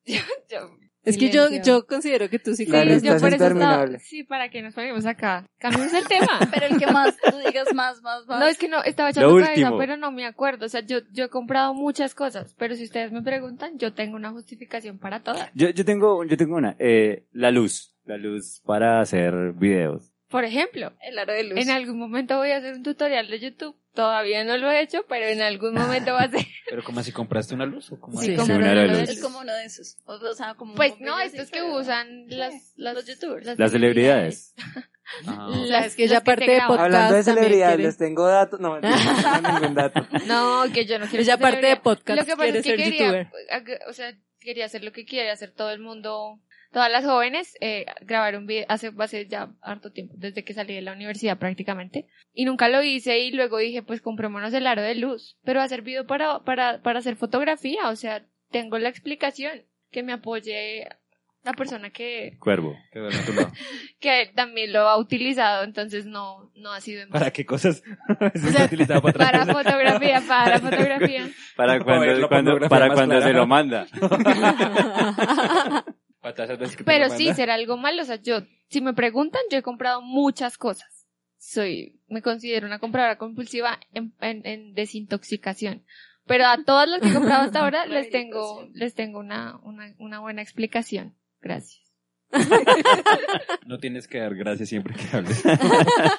Speaker 3: yo-
Speaker 6: es que yo,
Speaker 3: Silencio.
Speaker 6: yo considero que tú sí
Speaker 5: La
Speaker 6: compras-
Speaker 5: lista
Speaker 3: yo
Speaker 5: es
Speaker 3: por eso
Speaker 5: interminable.
Speaker 3: estaba- Sí, para que nos ponemos acá. Cambiemos el tema.
Speaker 4: Pero el que más tú digas más, más, más.
Speaker 3: No, es que no, estaba echando cabeza,
Speaker 1: último.
Speaker 3: pero no me acuerdo. O sea, yo, yo he comprado muchas cosas, pero si ustedes me preguntan, yo tengo una justificación para todas.
Speaker 1: Yo, yo tengo, yo tengo una, eh, la luz, la luz para hacer videos.
Speaker 3: Por ejemplo,
Speaker 4: el aro de luz.
Speaker 3: en algún momento voy a hacer un tutorial de YouTube. Todavía no lo he hecho, pero en algún momento va a ser.
Speaker 2: Pero como si compraste una luz o como
Speaker 6: Sí,
Speaker 3: como
Speaker 1: una
Speaker 3: no
Speaker 1: de
Speaker 3: lo
Speaker 1: luz.
Speaker 3: he hecho.
Speaker 4: Es como uno de esos. O o sea, como un
Speaker 3: Pues
Speaker 4: bombillo
Speaker 3: no,
Speaker 4: así,
Speaker 3: estos que
Speaker 4: pero-
Speaker 3: usan las, las,
Speaker 4: Los youtubers.
Speaker 1: Las celebridades.
Speaker 2: Ah,
Speaker 3: Las
Speaker 6: Es que ya
Speaker 3: las te
Speaker 6: aparte de
Speaker 3: graban.
Speaker 6: podcast-
Speaker 5: Hablando de
Speaker 6: también
Speaker 5: celebridades,
Speaker 6: quieren-
Speaker 5: les tengo datos. No, mentira, no tengo ningún dato.
Speaker 3: No, que yo no quiero
Speaker 6: Ella
Speaker 3: ser
Speaker 6: aparte de
Speaker 3: celebridad.
Speaker 6: podcast,
Speaker 3: Lo que pasa
Speaker 6: quiere
Speaker 3: es que
Speaker 6: ser
Speaker 3: quería,
Speaker 6: youtuber.
Speaker 3: ag- o sea, quería hacer lo que quiere hacer todo el mundo, todas las jóvenes, eh, grabar un video hace, hace ya harto tiempo, desde que salí de la universidad prácticamente. Y nunca lo hice y luego dije, pues comprémonos el aro de luz. Pero ha servido para, para, para hacer fotografía, o sea, tengo la explicación que me apoye la persona que,
Speaker 1: Cuervo.
Speaker 3: que también lo ha utilizado, entonces no, no ha sido en vano.
Speaker 2: ¿Para qué cosas?
Speaker 3: O sea, para fotografía, para fotografía.
Speaker 1: Para
Speaker 2: Para
Speaker 1: cuando,
Speaker 2: ver la
Speaker 1: cuando-
Speaker 2: pornografía
Speaker 1: para
Speaker 2: más
Speaker 1: cuando
Speaker 2: clara.
Speaker 1: se lo manda.
Speaker 3: Pero sí, será algo malo. O sea, yo, si me preguntan, yo he comprado muchas cosas. Soy, me considero una compradora compulsiva en, en- en desintoxicación. Pero a todas las que he comprado hasta ahora les tengo, les tengo una, una, una buena explicación. Gracias.
Speaker 2: No tienes que dar gracias siempre que hables.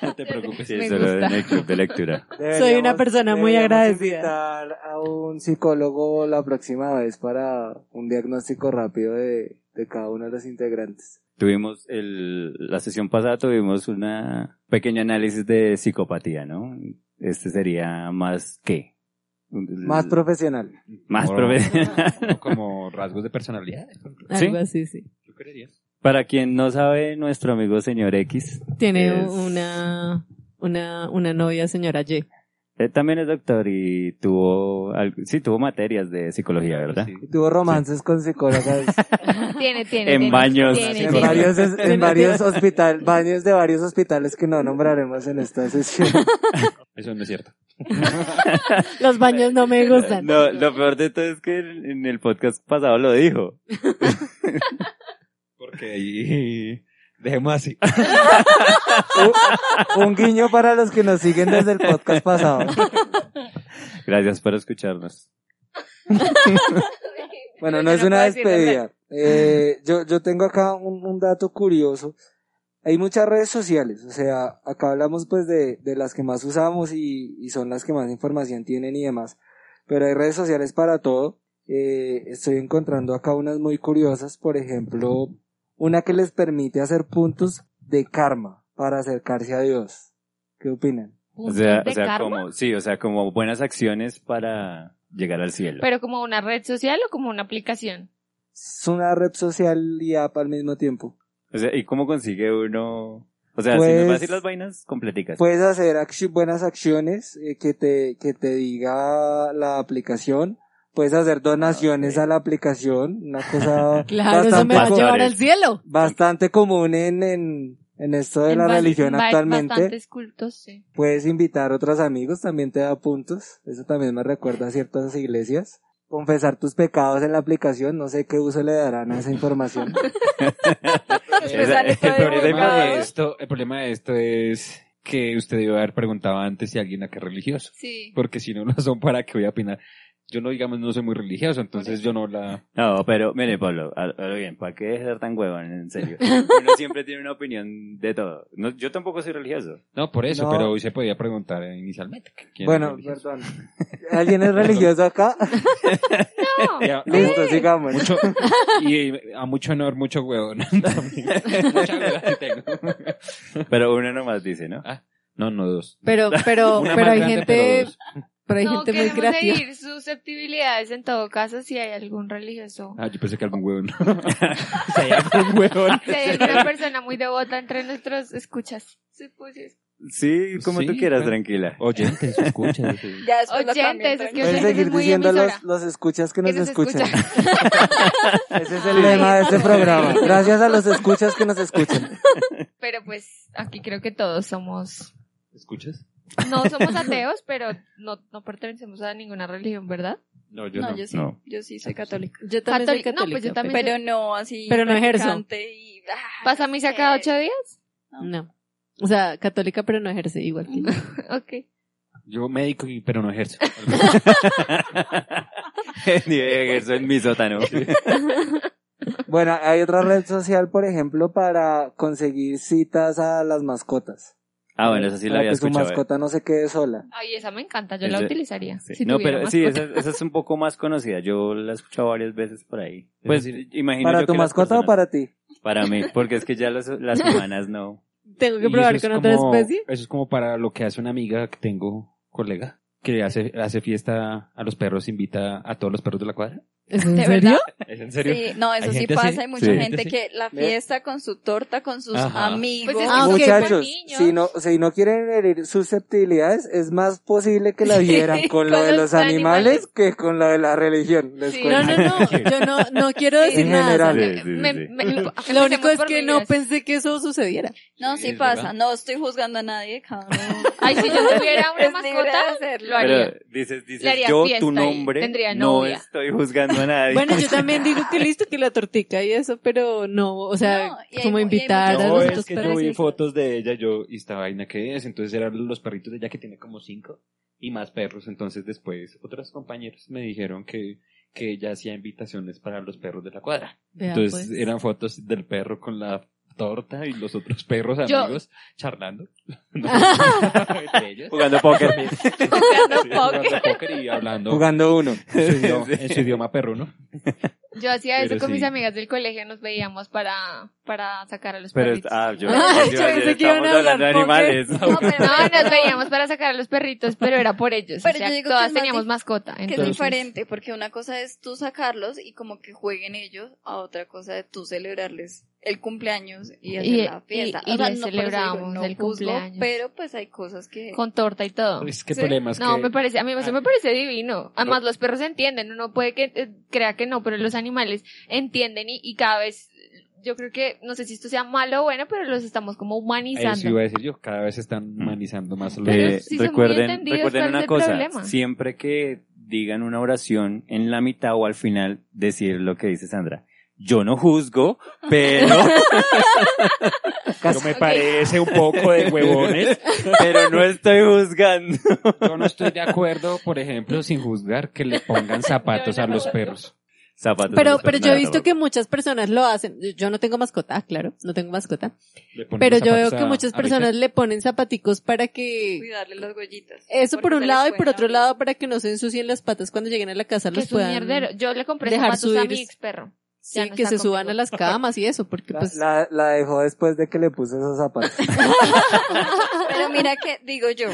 Speaker 1: No te preocupes,
Speaker 3: Me
Speaker 1: solo
Speaker 3: gusta.
Speaker 1: en el club de lectura.
Speaker 6: Soy una persona muy
Speaker 5: deberíamos
Speaker 6: agradecida.
Speaker 5: invitar a un psicólogo la próxima vez para un diagnóstico rápido de, de cada uno de los integrantes.
Speaker 1: Tuvimos el, la sesión pasada tuvimos una pequeño análisis de psicopatía, ¿no? Este sería más qué? Mm.
Speaker 5: Más profesional.
Speaker 1: más
Speaker 2: Como-
Speaker 1: profesional.
Speaker 2: como- Como rasgos de personalidad.
Speaker 1: ¿Sí?
Speaker 6: Algo así, sí.
Speaker 2: ¿Tú creerías?
Speaker 1: Para quien no sabe, nuestro amigo señor X
Speaker 6: Tiene
Speaker 1: Es-
Speaker 6: una, una, una novia, señora Y.
Speaker 1: él eh, también es doctor y tuvo algo- sí tuvo materias de psicología, ¿verdad?
Speaker 2: Sí.
Speaker 5: Y tuvo romances con psicólogas
Speaker 3: Tiene, tiene.
Speaker 1: En
Speaker 3: tiene,
Speaker 1: baños.
Speaker 3: tiene,
Speaker 1: En
Speaker 5: en
Speaker 3: tiene.
Speaker 5: varios, en varios hospitales, baños de varios hospitales que no nombraremos en esta sesión.
Speaker 2: Eso no es cierto.
Speaker 6: Los baños no me gustan.
Speaker 1: Eh, No, lo peor de todo es que en en el podcast pasado lo dijo.
Speaker 2: Porque ahí... Dejemos así.
Speaker 5: Un guiño para los que nos siguen desde el podcast pasado.
Speaker 1: Gracias por escucharnos.
Speaker 5: Bueno,
Speaker 3: Yo
Speaker 5: no es
Speaker 3: puedo
Speaker 5: una
Speaker 3: decir nada.
Speaker 5: despedida. Eh, yo, yo tengo acá un, un dato curioso. Hay muchas redes sociales, o sea, acá hablamos pues de, de las que más usamos y, y son las que más información tienen y demás. Pero hay redes sociales para todo. Eh, estoy encontrando acá unas muy curiosas, por ejemplo, una que les permite hacer puntos de karma para acercarse a Dios. ¿Qué opinan?
Speaker 1: O sea,
Speaker 3: ¿Puntos de
Speaker 1: o sea
Speaker 3: karma?
Speaker 1: como, sí, o sea, como buenas acciones para llegar al cielo.
Speaker 3: Pero como una red social o como una aplicación.
Speaker 5: Es una red social y app al mismo tiempo.
Speaker 1: O sea, ¿y cómo consigue uno? O sea, si
Speaker 5: Pues-
Speaker 1: nos va a decir las vainas completicas.
Speaker 5: Puedes hacer acci- buenas acciones eh, que, te, que te diga la aplicación. Puedes hacer donaciones
Speaker 2: Ah,
Speaker 5: a la aplicación. Una cosa
Speaker 6: Claro, eso
Speaker 5: bastante,
Speaker 6: me va a
Speaker 5: co-
Speaker 6: llevar al cielo.
Speaker 5: bastante común en, en, en esto de
Speaker 3: En
Speaker 5: la
Speaker 3: ba-
Speaker 5: religión
Speaker 3: ba-
Speaker 5: actualmente.
Speaker 3: Bastantes cultos, sí.
Speaker 5: Puedes invitar otros amigos, también te da puntos. Eso también me recuerda a ciertas iglesias. Confesar tus pecados en la aplicación. No sé qué uso le darán a esa información.
Speaker 1: Esa-
Speaker 3: Pues sale
Speaker 1: el
Speaker 3: todo
Speaker 1: problema
Speaker 3: divulgado.
Speaker 1: de-
Speaker 2: esto, el problema de esto es que usted debe haber preguntado antes si alguien acá es religioso.
Speaker 3: Sí.
Speaker 2: Porque si no lo son, ¿para qué voy a opinar? Yo no, digamos, no soy muy religioso, entonces yo no la...
Speaker 1: No, pero mire, Pablo, a- ahora bien, ¿para qué ser tan huevón, en serio? Uno siempre tiene una opinión de todo. No, yo tampoco soy religioso.
Speaker 2: No, por eso,
Speaker 5: No.
Speaker 2: pero hoy se podía preguntar eh, inicialmente. que quién es
Speaker 5: Bueno,
Speaker 2: religioso.
Speaker 5: perdón. ¿Alguien es religioso acá?
Speaker 3: No,
Speaker 2: Y a- a
Speaker 5: Listo, sigamos.
Speaker 2: mucho, y a mucho honor, mucho huevón. también. Mucha huevada que tengo.
Speaker 1: Pero uno nomás dice, ¿no?
Speaker 2: Ah, No, no dos.
Speaker 6: Pero, pero,
Speaker 2: Una
Speaker 6: pero
Speaker 2: más
Speaker 6: hay
Speaker 2: grande,
Speaker 6: gente,
Speaker 2: pero dos.
Speaker 6: pero hay
Speaker 3: no
Speaker 6: gente muy
Speaker 3: queremos
Speaker 6: creativa.
Speaker 3: seguir susceptibilidades en todo caso si hay algún religioso.
Speaker 2: Ah, yo pensé que algún huevón. si hay algún huevón.
Speaker 3: Si hay alguna persona muy devota entre nuestros escuchas.
Speaker 4: pues,
Speaker 3: Supuse-
Speaker 1: Sí, como
Speaker 2: Sí,
Speaker 1: tú quieras,
Speaker 2: claro.
Speaker 1: tranquila.
Speaker 2: Oyentes, escucha.
Speaker 4: Ya después lo
Speaker 3: Oyentes,
Speaker 4: cambian,
Speaker 3: es que
Speaker 5: Pueden
Speaker 4: tranquilo.
Speaker 3: oyentes
Speaker 5: seguir
Speaker 3: es muy
Speaker 5: diciendo
Speaker 3: emisora.
Speaker 5: los, los escuchas que nos
Speaker 3: Que nos
Speaker 5: escuchan.
Speaker 3: escuchan.
Speaker 5: Ese es el
Speaker 3: Ay.
Speaker 5: lema de este programa. Gracias a los escuchas que nos escuchan.
Speaker 3: Pero pues aquí creo que todos somos,
Speaker 2: ¿Escuchas?
Speaker 3: no somos ateos, pero no, no pertenecemos a ninguna religión, ¿verdad?
Speaker 2: No, yo
Speaker 4: No,
Speaker 2: no.
Speaker 4: yo sí,
Speaker 1: no.
Speaker 4: yo sí soy católica.
Speaker 6: Yo también soy
Speaker 3: Católica- no, pues yo
Speaker 6: católica,
Speaker 3: también
Speaker 4: Pero no así.
Speaker 6: Pero no ejerzo.
Speaker 4: practicante y- ah,
Speaker 3: ¿Pasa misa
Speaker 4: sé.
Speaker 3: cada ocho días?
Speaker 6: pero- No. O sea, católica, pero no ejerce igual que yo.
Speaker 3: Ok.
Speaker 2: Yo médico, y- pero no ejerzo.
Speaker 1: Ni ejerzo en mi sótano.
Speaker 5: Bueno, hay otra red social, por ejemplo, para conseguir citas a las mascotas.
Speaker 1: Ah, bueno, eso sí lo
Speaker 5: para
Speaker 1: había
Speaker 5: que su
Speaker 1: escuchado. eh.
Speaker 5: mascota no se quede sola.
Speaker 3: Ay, esa me encanta, yo la
Speaker 1: Ese-
Speaker 3: utilizaría.
Speaker 1: Sí.
Speaker 3: si
Speaker 1: no,
Speaker 3: tuviera
Speaker 1: pero sí,
Speaker 3: mascota.
Speaker 1: esa, esa es un poco más conocida. Yo la he escuchado varias veces por ahí. Pues imagino
Speaker 5: ¿Para
Speaker 1: yo
Speaker 5: tu
Speaker 1: que las
Speaker 5: mascota o
Speaker 1: personas-
Speaker 5: para ti?
Speaker 1: Para mí, porque es que ya las- las humanas no.
Speaker 6: Tengo
Speaker 2: Y
Speaker 6: que
Speaker 2: eso
Speaker 6: probar
Speaker 2: es
Speaker 6: con otra
Speaker 2: como-
Speaker 6: especie.
Speaker 2: Eso es como para lo que hace una amiga que tengo, colega, que hace, hace fiesta a los perros, invita a todos los perros de la cuadra.
Speaker 6: ¿Es en
Speaker 3: ¿De
Speaker 6: serio?
Speaker 2: ¿Es en
Speaker 4: Sí, no, eso
Speaker 2: ¿Hay
Speaker 4: sí
Speaker 2: gente
Speaker 4: pasa.
Speaker 2: así?
Speaker 4: Hay mucha
Speaker 1: Sí.
Speaker 4: gente
Speaker 2: Sí.
Speaker 4: que la
Speaker 5: Ve.
Speaker 4: fiesta con su torta, con sus
Speaker 2: Ajá.
Speaker 4: amigos.
Speaker 3: Pues es
Speaker 6: Ah, ok,
Speaker 5: Muchachos,
Speaker 3: pero niños.
Speaker 5: si no, si no quieren herir susceptibilidades, es más posible que la vieran con lo
Speaker 3: Con
Speaker 5: de
Speaker 3: los
Speaker 5: los animales
Speaker 3: animales.
Speaker 5: que con lo de la religión. Les
Speaker 3: Sí.
Speaker 6: No,
Speaker 5: cuento.
Speaker 6: no, no. Yo no, no quiero
Speaker 3: En
Speaker 6: decir nada.
Speaker 5: general.
Speaker 6: Sandra.
Speaker 1: Sí, sí,
Speaker 3: Me-
Speaker 1: sí.
Speaker 3: me- lo
Speaker 6: Lo único
Speaker 3: empecemos
Speaker 6: es
Speaker 3: por
Speaker 6: que
Speaker 3: mi
Speaker 6: no
Speaker 3: vida.
Speaker 6: pensé que eso sucediera.
Speaker 4: No, sí
Speaker 2: Es
Speaker 4: pasa.
Speaker 2: verdad.
Speaker 4: No estoy juzgando a nadie, cada uno.
Speaker 3: Ay, si yo tuviera una
Speaker 4: Es libre de
Speaker 3: mascota,
Speaker 4: hacerlo.
Speaker 3: lo haría.
Speaker 1: Pero dices, dices
Speaker 3: Le haría
Speaker 1: yo
Speaker 3: fiesta
Speaker 1: tu
Speaker 3: y
Speaker 1: nombre,
Speaker 3: tendría
Speaker 1: no
Speaker 3: novia.
Speaker 1: estoy juzgando a nadie.
Speaker 6: Bueno, yo también digo que listo que la tortica y eso, pero no, o sea,
Speaker 4: No, y hay
Speaker 6: como
Speaker 4: mu- y hay
Speaker 6: invitar
Speaker 4: muchas
Speaker 6: a
Speaker 2: No,
Speaker 6: los
Speaker 4: cosas
Speaker 6: otros
Speaker 2: es que yo
Speaker 6: perros.
Speaker 2: vi
Speaker 4: perritos.
Speaker 2: fotos de ella, yo, ¿y esta vaina qué es? Entonces eran los perritos de ella que tiene como cinco. y más perros. Entonces después otros compañeros me dijeron que, que ella hacía invitaciones para los perros de la cuadra.
Speaker 6: Vea,
Speaker 2: Entonces
Speaker 6: pues.
Speaker 2: eran fotos del perro con la torta y los otros perros
Speaker 3: Yo-
Speaker 2: amigos charlando. No, entre ellos.
Speaker 1: Jugando póker.
Speaker 3: Jugando
Speaker 2: Sí,
Speaker 3: póker.
Speaker 2: jugando póker y hablando
Speaker 5: Jugando uno.
Speaker 2: en su idioma, en su idioma perruno.
Speaker 3: Yo hacía eso
Speaker 2: Pero
Speaker 3: con mis
Speaker 2: sí.
Speaker 3: amigas del colegio, nos veíamos para, para sacar a los
Speaker 1: Pero,
Speaker 3: perritos.
Speaker 1: ah, yo,
Speaker 6: Ay,
Speaker 1: yo-
Speaker 6: yo pensé que iban
Speaker 1: estamos
Speaker 6: a hablar
Speaker 1: hablando de animales.
Speaker 6: póker.
Speaker 3: No, nos veíamos para sacar a los perritos, pero era por ellos.
Speaker 4: Pero
Speaker 3: o sea,
Speaker 4: yo digo que
Speaker 3: todas
Speaker 4: es más
Speaker 3: teníamos
Speaker 4: dif-
Speaker 3: mascota.
Speaker 4: Que
Speaker 3: entonces-
Speaker 4: es diferente, porque una cosa es tú sacarlos y como que jueguen ellos, a otra cosa es tú celebrarles el cumpleaños y hacer
Speaker 3: Y-
Speaker 4: la fiesta.
Speaker 3: y- y les
Speaker 4: por eso digo,
Speaker 3: celebramos el cumpleaños.
Speaker 4: Pero pues hay cosas que...
Speaker 3: Con torta y todo.
Speaker 2: Es que el
Speaker 4: Sí.
Speaker 2: problema es
Speaker 3: No,
Speaker 2: que Ah.
Speaker 3: me parece, a mí eso me parece divino. Además, los perros entienden, uno puede que eh, crea que no, pero los animales entienden y, y cada vez, yo creo que, no sé si esto sea malo o bueno, pero los estamos como
Speaker 2: a eso
Speaker 3: humanizando.
Speaker 2: iba a decir yo, cada vez se están humanizando más los
Speaker 3: Pero
Speaker 1: Eh,
Speaker 3: si son bien
Speaker 1: recuerden,
Speaker 3: entendidos,
Speaker 1: recuerden
Speaker 3: ¿cuál es
Speaker 1: una
Speaker 3: el
Speaker 1: cosa,
Speaker 3: problema?
Speaker 1: siempre que digan una oración en la mitad o al final, decir lo que dice Sandra. Yo no juzgo, pero,
Speaker 7: Pero me parece un poco de huevones.
Speaker 1: pero no estoy juzgando.
Speaker 2: Yo no estoy de acuerdo, por ejemplo, sin juzgar que le pongan zapatos a los perros.
Speaker 1: Zapatos
Speaker 6: Pero,
Speaker 1: no
Speaker 6: pero
Speaker 1: son
Speaker 6: yo he
Speaker 1: nada
Speaker 6: visto que
Speaker 1: tampoco.
Speaker 6: muchas personas lo hacen. Yo no tengo mascota, ah, claro, no tengo mascota.
Speaker 2: Le ponen
Speaker 6: Pero
Speaker 2: los
Speaker 6: yo veo
Speaker 2: zapatos
Speaker 6: que
Speaker 2: a-
Speaker 6: muchas
Speaker 2: a
Speaker 6: personas
Speaker 2: Richard.
Speaker 6: le ponen zapaticos para que...
Speaker 4: Cuidarle las huellitas.
Speaker 6: Eso por
Speaker 4: Porque
Speaker 6: un
Speaker 4: se
Speaker 6: lado
Speaker 4: les
Speaker 6: y por
Speaker 4: pueden
Speaker 6: otro
Speaker 4: abrir.
Speaker 6: lado para que no se ensucien las patas cuando lleguen a la casa
Speaker 3: Que
Speaker 6: los
Speaker 3: es un
Speaker 6: puedan...
Speaker 3: mierdero. Yo le compré
Speaker 6: dejar
Speaker 3: zapatos a
Speaker 6: subir
Speaker 3: mi
Speaker 6: es-
Speaker 3: ex perro.
Speaker 6: Sí,
Speaker 3: Ya no
Speaker 6: que
Speaker 3: está
Speaker 6: se suban
Speaker 3: conmigo.
Speaker 6: a las camas y eso, porque
Speaker 5: La,
Speaker 6: pues...
Speaker 5: la- la dejó después de que le puse esos zapatos.
Speaker 4: Pero mira que, digo yo,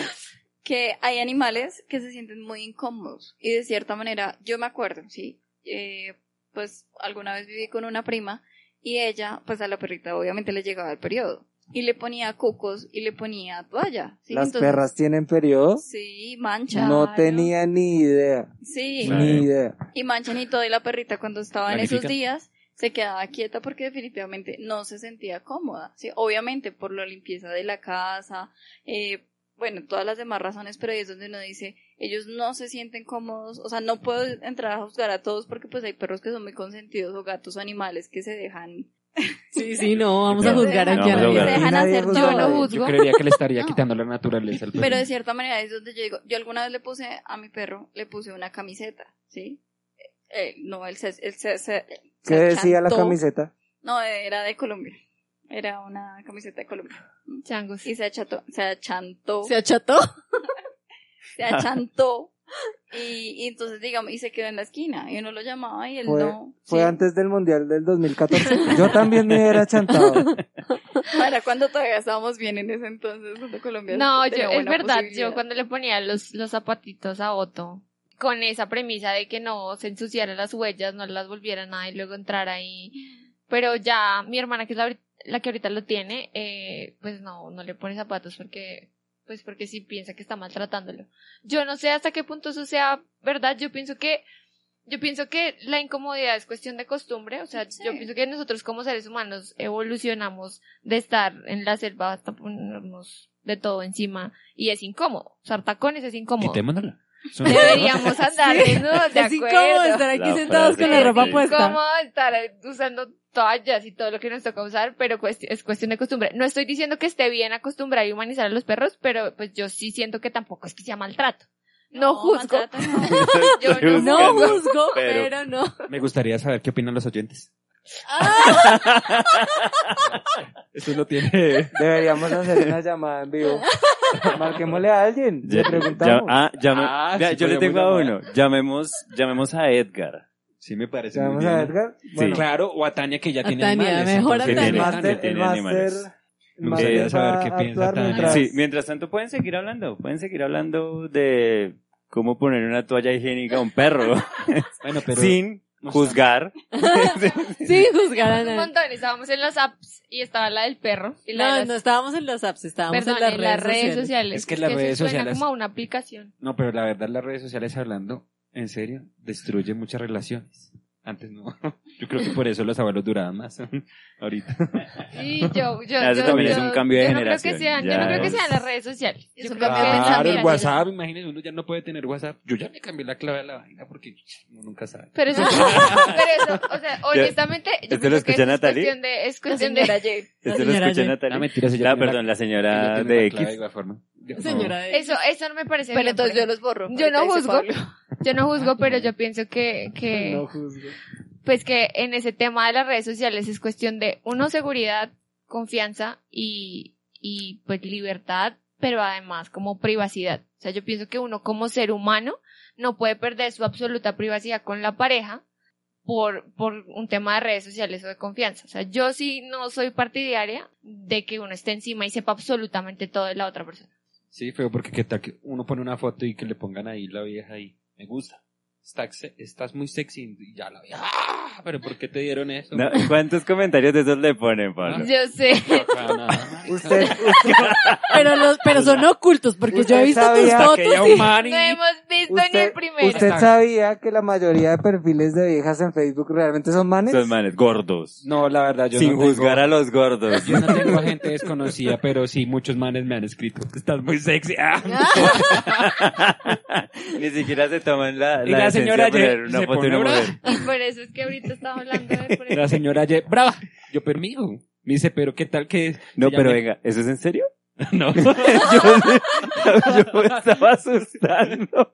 Speaker 4: que hay animales que se sienten muy incómodos. Y de cierta manera, yo me acuerdo, sí, eh, pues alguna vez viví con una prima y ella, pues a la perrita obviamente le llegaba el periodo. Y le ponía cucos y le ponía toalla. ¿sí?
Speaker 5: Las
Speaker 4: Entonces,
Speaker 5: perras tienen periodos.
Speaker 4: Sí, manchan.
Speaker 5: No
Speaker 3: Claro.
Speaker 5: tenía ni idea.
Speaker 4: Sí,
Speaker 2: Claro.
Speaker 5: Ni idea.
Speaker 4: y manchan y todo. Y la perrita cuando estaba en esos
Speaker 2: Magnifica.
Speaker 4: días se quedaba quieta porque definitivamente no se sentía cómoda. Sí, obviamente por la limpieza de la casa, eh, bueno, todas las demás razones, pero ahí es donde uno dice, ellos no se sienten cómodos. O sea, no puedo entrar a juzgar a todos porque pues hay perros que son muy consentidos o gatos o animales que se dejan.
Speaker 6: Sí, sí, no, vamos a
Speaker 1: Pero-
Speaker 6: juzgar
Speaker 1: no,
Speaker 6: aquí a
Speaker 1: vamos a
Speaker 6: nadie.
Speaker 1: juzgar.
Speaker 4: se dejan
Speaker 5: Nadie
Speaker 4: hacer
Speaker 5: juzga
Speaker 4: todo
Speaker 5: a
Speaker 4: lo
Speaker 5: nadie.
Speaker 4: juzgo.
Speaker 2: Yo creería que le estaría
Speaker 4: No.
Speaker 2: quitando la naturaleza
Speaker 5: Pues
Speaker 2: al perro.
Speaker 4: Pero de cierta manera es donde yo digo, yo alguna vez le puse a mi perro, le puse una camiseta, ¿sí? Eh, no, él se, él se, se-
Speaker 5: ¿Qué
Speaker 4: se
Speaker 5: decía la
Speaker 4: achantó.
Speaker 5: camiseta?
Speaker 4: No, era de Colombia. Era una camiseta de Colombia.
Speaker 3: Changos.
Speaker 4: Y se acható, se achantó,
Speaker 6: ¿Se acható?
Speaker 4: se achantó. Y, y entonces, digamos, y se quedó en la esquina. Y uno lo llamaba y él
Speaker 5: Fue,
Speaker 4: no.
Speaker 5: fue
Speaker 4: sí.
Speaker 5: antes del Mundial del 2014. Yo también me hubiera chantado.
Speaker 4: Era cuando todavía estábamos bien en ese entonces, cuando Colombia.
Speaker 3: No,
Speaker 4: tenía
Speaker 3: yo, es
Speaker 4: buena
Speaker 3: verdad,
Speaker 4: posibilidad.
Speaker 3: yo cuando le ponía los, los zapatitos a Otto, con esa premisa de que no se ensuciaran las huellas, no las volviera nada y luego entrar ahí. Pero ya mi hermana, que es la, ahori- la que ahorita lo tiene, eh, pues no, no le pone zapatos porque, pues porque sí piensa que está maltratándolo. Yo no sé hasta qué punto eso sea verdad, yo pienso que yo pienso que la incomodidad es cuestión de costumbre, o sea,
Speaker 4: Sí.
Speaker 3: yo pienso que nosotros como seres humanos evolucionamos de estar en la selva hasta ponernos de todo encima y es incómodo, usar tacones es incómodo.
Speaker 2: Quitémosla. Eso no-
Speaker 3: Deberíamos andar desnudos, de
Speaker 6: Es incómodo
Speaker 3: acuerdo.
Speaker 6: estar aquí
Speaker 1: La
Speaker 6: sentados
Speaker 1: frase
Speaker 6: con la
Speaker 1: que
Speaker 6: ropa
Speaker 1: dice.
Speaker 6: puesta.
Speaker 3: Incómodo estar usando toallas y todo lo que nos toca usar, pero cuest- es cuestión de costumbre. No estoy diciendo que esté bien acostumbrar y humanizar a los perros, pero pues yo sí siento que tampoco es que sea maltrato. No, juzgo.
Speaker 4: maltrato, no.
Speaker 1: Estoy
Speaker 4: Yo no
Speaker 6: No
Speaker 1: juzgando.
Speaker 6: juzgo,
Speaker 1: Pero-
Speaker 6: pero no.
Speaker 2: Me gustaría saber qué opinan los oyentes.
Speaker 4: Ah,
Speaker 2: Eso lo tiene.
Speaker 5: Deberíamos hacer una llamada en vivo. Marquémosle a alguien. Le
Speaker 1: Ya- ya-
Speaker 5: preguntamos.
Speaker 1: ah, llame-
Speaker 2: Ah,
Speaker 1: vea,
Speaker 2: sí,
Speaker 1: yo le
Speaker 2: podríamos
Speaker 1: tengo a uno.
Speaker 2: llamar.
Speaker 1: Llamemos, llamemos a Edgar.
Speaker 2: Sí, me parece. muy
Speaker 5: Llamamos
Speaker 2: bien,
Speaker 5: a
Speaker 2: ¿no?
Speaker 5: Edgar.
Speaker 1: Sí.
Speaker 5: Bueno,
Speaker 2: Claro, o a Tania que ya tiene
Speaker 6: A Tania,
Speaker 2: animales.
Speaker 6: mejor a
Speaker 2: entonces-
Speaker 6: Tania.
Speaker 5: el
Speaker 1: Tiene-
Speaker 5: máster, el
Speaker 1: tiene
Speaker 5: máster.
Speaker 1: animales.
Speaker 5: el
Speaker 2: Me
Speaker 5: máster
Speaker 2: gustaría saber
Speaker 5: va
Speaker 2: qué
Speaker 5: a
Speaker 2: piensa
Speaker 5: actuar
Speaker 2: Tania.
Speaker 5: mientras-
Speaker 1: Sí, mientras tanto pueden seguir hablando, pueden seguir hablando de cómo poner una toalla higiénica a un perro
Speaker 2: Bueno, pero
Speaker 1: sin juzgar.
Speaker 6: Sin juzgar a
Speaker 3: Un
Speaker 6: nadie.
Speaker 3: montón, estábamos en las apps y estaba la del perro y la de
Speaker 6: No,
Speaker 3: las-
Speaker 6: no estábamos en las apps, estábamos
Speaker 3: perdón,
Speaker 6: en las redes, sociales.
Speaker 3: sociales.
Speaker 2: Es que las
Speaker 3: eso
Speaker 2: redes
Speaker 3: suena
Speaker 2: sociales-
Speaker 3: como a una aplicación.
Speaker 2: No, pero la verdad las redes sociales hablando, en serio, destruye muchas relaciones. Antes no. Yo creo que por eso los abuelos duraban más. Ahorita.
Speaker 3: Sí, yo, yo,
Speaker 1: Ah, Eso
Speaker 3: yo-
Speaker 1: también
Speaker 3: yo-
Speaker 1: es un cambio de
Speaker 3: yo
Speaker 1: generación,
Speaker 3: No creo que sean, yo
Speaker 1: ya
Speaker 3: no creo que
Speaker 1: es-
Speaker 3: sean las redes sociales.
Speaker 4: Es
Speaker 3: Yo
Speaker 4: un
Speaker 3: creo
Speaker 4: cambio de
Speaker 3: que
Speaker 4: pensamiento.
Speaker 2: Claro,
Speaker 3: también-
Speaker 2: el WhatsApp, imagínense, uno ya no puede tener WhatsApp. Yo ya le cambié la clave a la vaina porque uno nunca sabe.
Speaker 3: Pero eso, pero eso, o sea, honestamente, yo
Speaker 1: ¿Esto lo
Speaker 3: creo que
Speaker 1: escucha
Speaker 3: eso es
Speaker 1: Natalie?
Speaker 3: cuestión de, es
Speaker 4: La
Speaker 3: cuestión de,
Speaker 4: señora Ye.
Speaker 1: Esto lo
Speaker 6: señora
Speaker 1: escuché
Speaker 6: Ye.
Speaker 1: Natalia.
Speaker 2: Ah, mentira,
Speaker 1: Ah,
Speaker 2: ella tiene
Speaker 1: perdón, la
Speaker 2: ella
Speaker 1: señora
Speaker 2: tiene
Speaker 1: de
Speaker 2: la clave de
Speaker 1: X.
Speaker 2: igual forma. Yo-
Speaker 6: Señora de-
Speaker 3: Eso, eso no me parece
Speaker 4: Pero
Speaker 3: bien,
Speaker 4: entonces
Speaker 3: por
Speaker 4: yo los borro.
Speaker 3: Yo no
Speaker 4: ahorita dice
Speaker 3: juzgo.
Speaker 4: Pablo.
Speaker 3: Yo no juzgo, pero yo pienso que, que
Speaker 5: No juzgo.
Speaker 3: pues que en ese tema de las redes sociales es cuestión de, uno, seguridad, confianza y, y pues libertad, pero además como privacidad. O sea, yo pienso que uno como ser humano no puede perder su absoluta privacidad con la pareja por, por un tema de redes sociales o de confianza. O sea, yo sí no soy partidaria de que uno esté encima y sepa absolutamente todo de la otra persona.
Speaker 2: Sí, feo, porque qué tal que uno pone una foto y que le pongan ahí la vieja ahí. Me gusta. Está se- estás muy sexy y ya la vieja. "Ah, Pero ¿por qué te dieron eso?
Speaker 1: No, ¿Cuántos comentarios de esos le ponen, Pablo?
Speaker 2: Ah.
Speaker 3: Yo sé.
Speaker 2: Bacanada.
Speaker 5: Usted,
Speaker 6: Pero, los, pero son ocultos, porque yo he visto tus
Speaker 5: sabía
Speaker 6: fotos
Speaker 2: Aquella
Speaker 6: y...
Speaker 2: humana y-
Speaker 3: No hemos visto ni el
Speaker 5: usted,
Speaker 3: primero.
Speaker 5: usted sabía que la mayoría de perfiles de viejas en Facebook realmente son manes.
Speaker 1: Son manes gordos.
Speaker 2: No, la verdad, yo
Speaker 1: Sin
Speaker 2: no
Speaker 1: juzgar
Speaker 2: tengo-
Speaker 1: a los gordos.
Speaker 2: Yo no tengo gente desconocida, pero sí, muchos manes me han escrito. Estás muy sexy. Ah,
Speaker 1: Ni siquiera se toman la,
Speaker 2: Y
Speaker 1: la
Speaker 2: la
Speaker 1: decencia
Speaker 2: señora
Speaker 1: de poner
Speaker 2: ye-
Speaker 1: una
Speaker 2: se
Speaker 1: foto de
Speaker 2: pone
Speaker 1: una
Speaker 2: brava.
Speaker 1: mujer.
Speaker 3: Y por eso es que ahorita estamos hablando de... por
Speaker 2: La señora Ye, brava. Yo permigo. Me dice, pero qué tal que.
Speaker 1: No,
Speaker 2: se
Speaker 1: pero eh,
Speaker 2: llame-
Speaker 1: venga, ¿eso es en serio?
Speaker 2: No.
Speaker 1: yo, yo me estaba asustando.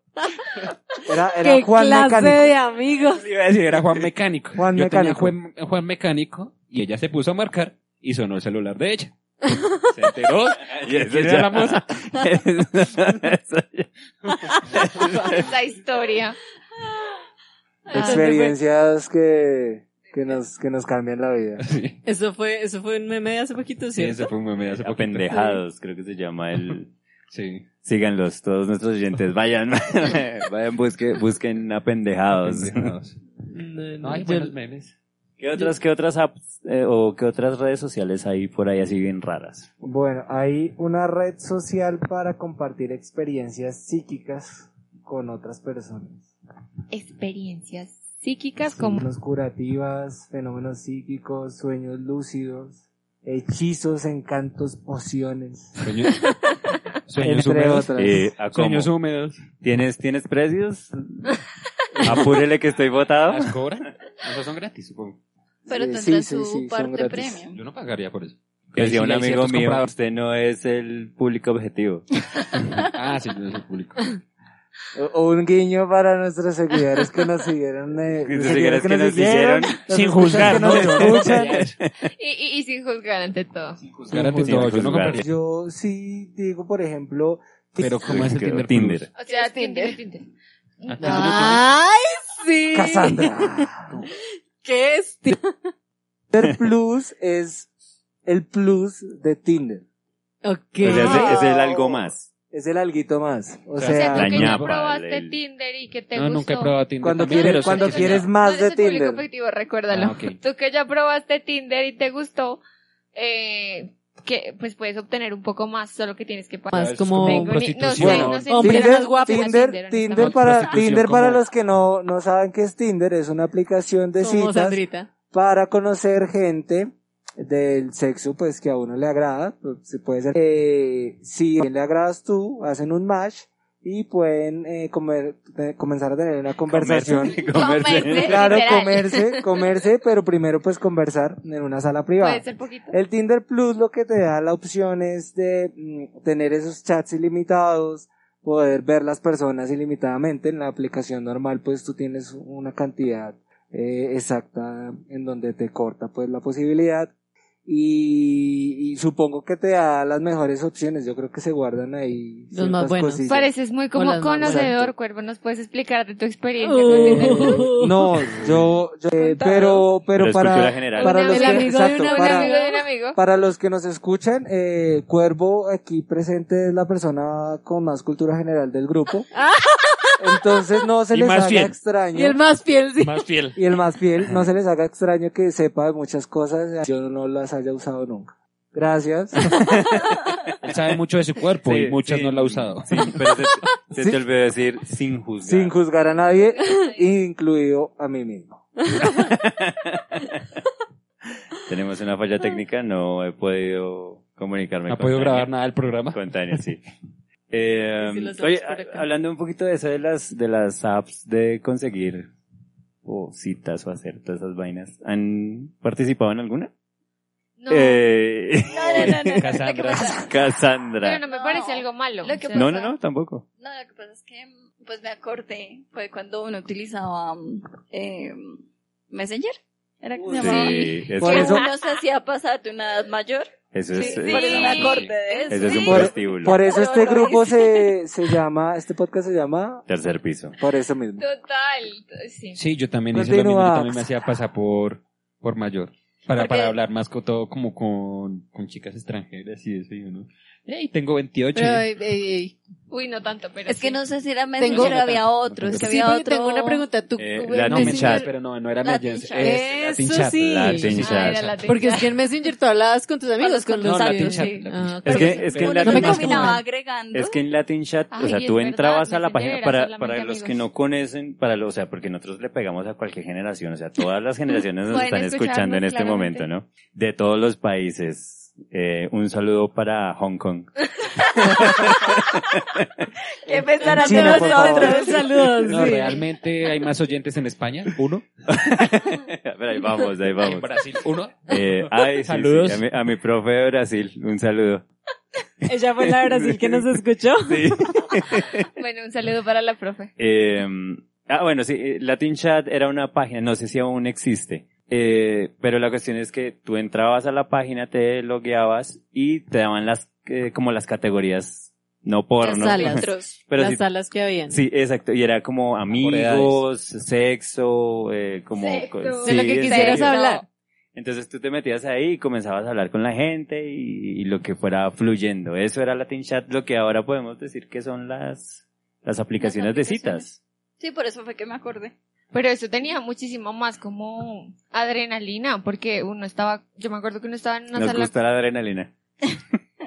Speaker 5: Era, era
Speaker 6: ¡Qué
Speaker 5: Juan
Speaker 6: clase
Speaker 5: Mecánico.
Speaker 6: de amigos!
Speaker 2: Le iba a decir, era Juan Mecánico.
Speaker 5: Juan
Speaker 2: Yo tenía
Speaker 5: Mecánico.
Speaker 2: Juan, Juan Mecánico y ella se puso a marcar y sonó el celular de ella. Se enteró.
Speaker 1: Y eso
Speaker 2: ¿Quién era la moza?
Speaker 1: Eso ya-
Speaker 3: esa historia.
Speaker 5: Experiencias que, que nos, que nos cambian la vida.
Speaker 2: Sí,
Speaker 6: Eso fue, eso fue un meme de hace poquito,
Speaker 2: sí,
Speaker 6: ¿cierto?
Speaker 2: ese fue un meme hace poquito.
Speaker 1: Apendejados, creo que se llama el...
Speaker 2: Sí.
Speaker 1: Síganlos, todos nuestros oyentes, vayan, vayan, busque, busquen apendejados.
Speaker 2: Apendejados.
Speaker 6: No, no,
Speaker 2: Ay,
Speaker 6: yo-
Speaker 2: buenos memes.
Speaker 1: ¿Qué otras, qué otras apps eh, o qué otras redes sociales hay por ahí así bien raras?
Speaker 5: Bueno, hay una red social para compartir experiencias psíquicas con otras personas.
Speaker 3: Experiencias psíquicas como...
Speaker 5: Unos curativas, fenómenos psíquicos, sueños lúcidos, hechizos, encantos, pociones,
Speaker 2: Sueños, sueños
Speaker 5: entre
Speaker 2: húmedos.
Speaker 5: otras.
Speaker 1: Eh, ¿a cómo?
Speaker 2: Sueños húmedos.
Speaker 1: ¿Tienes, ¿Tienes precios? Apúrele que estoy votado.
Speaker 7: Ah,
Speaker 2: ¿Las cobran? Esos son gratis, supongo.
Speaker 4: Pero
Speaker 5: Sí,
Speaker 4: tendrá
Speaker 5: sí, sí,
Speaker 4: su
Speaker 5: sí, son
Speaker 4: parte
Speaker 5: gratis.
Speaker 4: premium.
Speaker 2: Yo no pagaría por eso.
Speaker 1: Decía
Speaker 2: Sí,
Speaker 1: un
Speaker 2: hay
Speaker 1: amigo
Speaker 2: ciertos
Speaker 1: mío,
Speaker 2: compradores.
Speaker 1: usted no es el público objetivo.
Speaker 2: Ah, sí, yo soy público.
Speaker 5: O- o un guiño para nuestros seguidores que nos siguieron, eh,
Speaker 1: Que sus seguidores que nos siguieron,
Speaker 5: los
Speaker 7: sin
Speaker 5: escuchas
Speaker 7: juzgar,
Speaker 5: que nos
Speaker 7: ¿no?
Speaker 5: escuchan.
Speaker 3: Y, y, y sin juzgar ante todo.
Speaker 2: Juzgar a ti,
Speaker 1: juzgar.
Speaker 2: Pues no, yo no compraría.
Speaker 5: Yo sí digo, por ejemplo,
Speaker 2: Pero ¿cómo es el
Speaker 1: Quedó
Speaker 2: Tinder?
Speaker 1: Tinder.
Speaker 2: Plus?
Speaker 3: O sea,
Speaker 4: Tinder.
Speaker 3: Tinder. Tinder.
Speaker 2: Ah, Tinder Plus.
Speaker 6: ¡Ay, sí!
Speaker 5: Cassandra.
Speaker 6: ¿Qué es?
Speaker 5: Tinder Plus es el plus de Tinder.
Speaker 6: Ok.
Speaker 1: O sea, es, es el algo más.
Speaker 5: Es el alguito más. O
Speaker 2: O
Speaker 3: O sea,
Speaker 5: sea,
Speaker 3: tú que
Speaker 1: Daña
Speaker 3: ya
Speaker 1: para
Speaker 3: probaste
Speaker 1: el-
Speaker 3: Tinder y que te
Speaker 2: No,
Speaker 3: gustó.
Speaker 2: nunca he probado Tinder.
Speaker 5: Cuando
Speaker 2: también,
Speaker 5: quieres-
Speaker 2: pero sé
Speaker 5: cuando
Speaker 2: que es
Speaker 5: quieres
Speaker 2: una-
Speaker 5: más
Speaker 3: No eres
Speaker 5: de
Speaker 3: el público
Speaker 5: Tinder.
Speaker 3: objetivo, recuérdalo.
Speaker 2: Ah, ok.
Speaker 3: Tú que ya probaste Tinder y te gustó, eh, que pues puedes obtener un poco más, solo que tienes que pagar.
Speaker 6: Más
Speaker 2: es
Speaker 6: como
Speaker 2: como
Speaker 3: Vengo ni- no sé,
Speaker 2: prostitución.
Speaker 3: no sé.
Speaker 6: Hombre,
Speaker 3: ni-
Speaker 6: Tinder- este más guapo.
Speaker 5: Tinder,
Speaker 3: Tinder,
Speaker 5: Tinder
Speaker 3: honestamente.
Speaker 5: para,
Speaker 2: Prostitución
Speaker 5: Tinder para
Speaker 2: como-
Speaker 5: los que no, no saben qué es Tinder, es una aplicación de
Speaker 6: Como
Speaker 5: citas
Speaker 6: Sandrita.
Speaker 5: para conocer gente del sexo pues que a uno le agrada. pues, se puede ser, eh, si a quien le agradas tú, hacen un match y pueden eh, comer- eh, comenzar a tener una conversación.
Speaker 3: Comerse.
Speaker 5: Claro,
Speaker 3: Literal.
Speaker 5: comerse, comerse, pero primero pues conversar en una sala privada.
Speaker 3: Puede ser poquito.
Speaker 5: El Tinder Plus lo que te da la opción es de mm, tener esos chats ilimitados, poder ver las personas ilimitadamente. En la aplicación normal, pues tú tienes una cantidad eh, exacta en donde te corta pues la posibilidad. Y, y supongo que te da las mejores opciones. Yo creo que se guardan ahí.
Speaker 6: Los más
Speaker 5: ciertas
Speaker 6: buenos.
Speaker 5: cosillas.
Speaker 3: Pareces muy como
Speaker 6: Hola,
Speaker 3: conocedor,
Speaker 5: Exacto.
Speaker 3: cuervo. ¿Nos puedes explicar de tu experiencia con Tinder?
Speaker 6: Oh.
Speaker 5: Eh, No, yo, yo- eh, pero, pero,
Speaker 1: Pero es cultura
Speaker 5: para,
Speaker 1: general.
Speaker 5: para
Speaker 3: Un
Speaker 5: los que,
Speaker 6: amigo de
Speaker 5: exacto,
Speaker 6: un
Speaker 3: Un
Speaker 5: para,
Speaker 3: amigo de un amigo.
Speaker 5: Para los que nos escuchan, eh, Cuervo aquí presente es la persona con más cultura general del grupo. Entonces no se
Speaker 7: Y
Speaker 5: les
Speaker 7: más
Speaker 5: haga
Speaker 7: fiel.
Speaker 5: extraño.
Speaker 6: Y el más fiel, sí.
Speaker 7: Más fiel.
Speaker 5: y el más fiel, no se les haga extraño que sepa de muchas cosas. Yo no las haya usado nunca. Gracias.
Speaker 2: Él sabe mucho de su cuerpo
Speaker 1: Sí,
Speaker 2: y muchas
Speaker 1: sí.
Speaker 2: no la ha usado.
Speaker 1: Sí, pero se, se te olvidó decir sin juzgar.
Speaker 5: Sin juzgar a nadie, incluido a mí mismo.
Speaker 1: Tenemos una falla técnica, no he podido comunicarme
Speaker 2: No ha
Speaker 1: con
Speaker 2: podido
Speaker 1: Tania.
Speaker 2: grabar nada del programa.
Speaker 1: Con Tania, sí. Eh,
Speaker 6: Sí, los
Speaker 1: oye,
Speaker 6: dos por acá.
Speaker 1: a- hablando un poquito de eso de las, de las apps de conseguir o citas o hacer todas esas vainas, ¿han participado en alguna?
Speaker 3: No,
Speaker 1: Eh,
Speaker 4: No, no, no, no, no. Lo que
Speaker 2: Cassandra.
Speaker 4: pasa,
Speaker 3: pero
Speaker 1: Cassandra.
Speaker 3: no me
Speaker 4: No.
Speaker 3: parece algo malo.
Speaker 4: Lo que
Speaker 3: o sea,
Speaker 1: No, no, no, tampoco.
Speaker 4: no, lo que pasa es que mm, pues me acordé, fue cuando uno utilizaba mm, eh, Messenger. Era que se llamaba.
Speaker 1: Sí, eso,
Speaker 5: Por
Speaker 4: Que
Speaker 5: eso-
Speaker 4: uno se hacía pasar de una edad mayor.
Speaker 1: eso es,
Speaker 4: Sí,
Speaker 1: eh,
Speaker 4: por eso me
Speaker 3: sí.
Speaker 4: acordé de eso.
Speaker 1: eso es un
Speaker 5: Por-
Speaker 1: prostíbulo.
Speaker 5: Por eso
Speaker 4: Yo
Speaker 5: este
Speaker 4: lo
Speaker 5: grupo se, se llama, este podcast se llama
Speaker 1: Tercer piso.
Speaker 5: por eso mismo.
Speaker 3: Total, sí.
Speaker 2: Sí, yo también hice lo mismo,
Speaker 5: Continúa.
Speaker 2: yo también me hacía pasar por, por mayor. Para,
Speaker 4: Porque-
Speaker 2: para hablar más con todo como con, con chicas extranjeras y eso, y uno. ¡Ey, tengo 28!
Speaker 6: Pero, ey, ey, ey.
Speaker 3: Uy, no tanto, pero
Speaker 4: Es que
Speaker 3: sí.
Speaker 4: no sé si era Messenger, había otro. Es que
Speaker 6: Sí,
Speaker 4: había
Speaker 6: porque
Speaker 4: otro.
Speaker 6: tengo una pregunta. ¿Tú,
Speaker 1: Eh,
Speaker 6: güey,
Speaker 1: la
Speaker 2: no,
Speaker 1: Latin
Speaker 6: Messenger-
Speaker 1: chat.
Speaker 2: pero no, no era
Speaker 4: Latin
Speaker 2: Messenger,
Speaker 4: chat.
Speaker 2: es Latin
Speaker 6: Eso
Speaker 2: chat.
Speaker 6: sí.
Speaker 1: Latin
Speaker 2: Sí,
Speaker 1: chat.
Speaker 3: Ah, era la
Speaker 6: Porque es
Speaker 3: tinta.
Speaker 6: que en Messenger tú hablabas con tus amigos, con
Speaker 4: Con
Speaker 6: los
Speaker 4: los
Speaker 2: Latin
Speaker 6: amigos.
Speaker 2: chat,
Speaker 6: sí.
Speaker 2: Latin chat.
Speaker 6: Ah,
Speaker 1: Es
Speaker 6: con
Speaker 1: que,
Speaker 6: los-
Speaker 1: es que en
Speaker 6: no
Speaker 4: Uno
Speaker 1: Latin
Speaker 6: me
Speaker 4: se
Speaker 1: chat-
Speaker 6: combinaba.
Speaker 4: combinaba agregando.
Speaker 1: Es que en Latin Chat,
Speaker 3: Ay,
Speaker 1: o sea,
Speaker 3: es
Speaker 1: tú
Speaker 3: verdad,
Speaker 1: entrabas a la
Speaker 3: Messenger
Speaker 1: página,
Speaker 3: era
Speaker 1: para,
Speaker 3: solamente
Speaker 1: para los
Speaker 3: amigos.
Speaker 1: que no conocen, para los, o sea, porque nosotros le pegamos a cualquier generación, o sea, todas las generaciones nos
Speaker 3: Pueden
Speaker 1: están escuchando en
Speaker 3: escucharnos
Speaker 1: este
Speaker 3: claramente.
Speaker 1: momento, ¿no? De todos los países. Eh, un saludo para Hong Kong.
Speaker 4: que pensarán de
Speaker 5: China, por favor.
Speaker 4: nosotros.
Speaker 6: Saludos.
Speaker 2: No,
Speaker 6: Ah, pues sí.
Speaker 2: realmente hay más oyentes en España. Uno.
Speaker 1: Pero ahí vamos, ahí
Speaker 2: En
Speaker 1: vamos.
Speaker 2: Brasil, uno.
Speaker 1: Eh, ay, sí,
Speaker 2: Saludos.
Speaker 1: sí, a, mi, a mi profe de Brasil, un saludo.
Speaker 6: Ella fue la de Brasil que nos escuchó.
Speaker 1: Sí.
Speaker 3: Bueno, un saludo para la profe.
Speaker 1: Eh, ah, bueno, sí, eh, Latin Chat era una página, no sé si aún existe. Eh, pero la cuestión es que tú entrabas a la página, te logueabas y te daban las, eh, como las categorías, no
Speaker 4: Las
Speaker 1: porno.
Speaker 6: salas.
Speaker 4: filtros.
Speaker 1: Pero
Speaker 6: las
Speaker 1: sí,
Speaker 6: salas que habían.
Speaker 1: sí, exacto. Y era como amigos, sexo, eh, como...
Speaker 3: Sexo.
Speaker 6: De lo que
Speaker 1: exacto.
Speaker 6: quisieras
Speaker 3: Sexo.
Speaker 6: hablar.
Speaker 1: Entonces tú te metías ahí y comenzabas a hablar con la gente y, y lo que fuera fluyendo. Eso era Latin Chat, lo que ahora podemos decir que son las, las aplicaciones de
Speaker 3: aplicaciones.
Speaker 1: citas.
Speaker 4: Sí, por eso fue que me acordé.
Speaker 3: Pero eso tenía muchísimo más como adrenalina, porque uno estaba, yo me acuerdo que uno estaba en una
Speaker 1: Nos
Speaker 3: sala,
Speaker 1: gusta la adrenalina.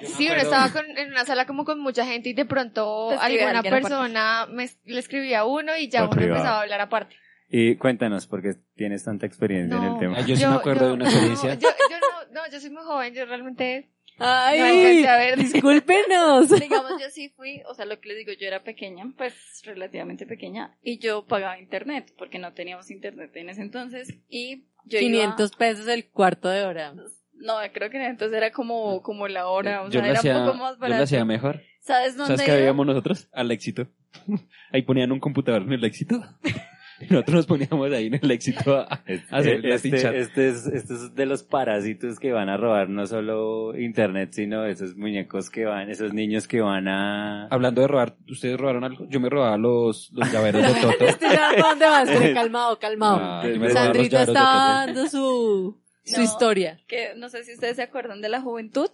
Speaker 3: sí, uno estaba con- en una sala como con mucha gente y de pronto
Speaker 4: Te escribe
Speaker 3: alguna
Speaker 4: alguien aparte.
Speaker 3: persona me, le escribía a uno y ya
Speaker 1: Por
Speaker 3: uno
Speaker 1: privado.
Speaker 3: empezaba a hablar aparte.
Speaker 1: Y cuéntanos, porque tienes tanta experiencia en el
Speaker 3: No.
Speaker 1: tema.
Speaker 2: Ah, yo sí me acuerdo de una
Speaker 3: no,
Speaker 2: experiencia.
Speaker 3: yo, yo no, no, yo soy muy joven, yo realmente no
Speaker 6: Ay,
Speaker 3: alcancé a ver.
Speaker 6: discúlpenos.
Speaker 4: Digamos, yo sí fui, o sea, lo que les digo, yo era pequeña, pues relativamente pequeña, y yo pagaba internet, porque no teníamos internet en ese entonces, y yo
Speaker 6: 500 pesos el cuarto de hora.
Speaker 4: iba... No, creo que en ese entonces era como, como la hora, o
Speaker 2: yo
Speaker 4: sea,
Speaker 2: lo
Speaker 4: era
Speaker 2: hacía,
Speaker 4: un poco más
Speaker 2: yo lo hacía
Speaker 4: barato.
Speaker 2: mejor.
Speaker 4: ¿Sabes dónde
Speaker 2: ¿Sabes qué
Speaker 4: era?
Speaker 2: habíamos nosotros? Al éxito. Ahí ponían un computador en el éxito. Y Nosotros nos poníamos ahí en el éxito a- a hacer
Speaker 1: Eh,
Speaker 2: Latin Chat.
Speaker 1: Este, este es, este es de los parásitos que van a robar no solo internet, sino esos muñecos que van, esos niños que van a...
Speaker 2: Hablando de robar, ¿ustedes robaron algo? Yo me robaba los, los llaveros de Toto.
Speaker 6: Este ya, ¿Para dónde vas? Pero calmado, calmado.
Speaker 2: Ah, yo me robaba los
Speaker 6: Sandrita
Speaker 2: llaveros de
Speaker 6: estaba
Speaker 2: Toto.
Speaker 6: dando su, su
Speaker 4: No.
Speaker 6: historia.
Speaker 4: Que no sé si ustedes se acuerdan de la juventud,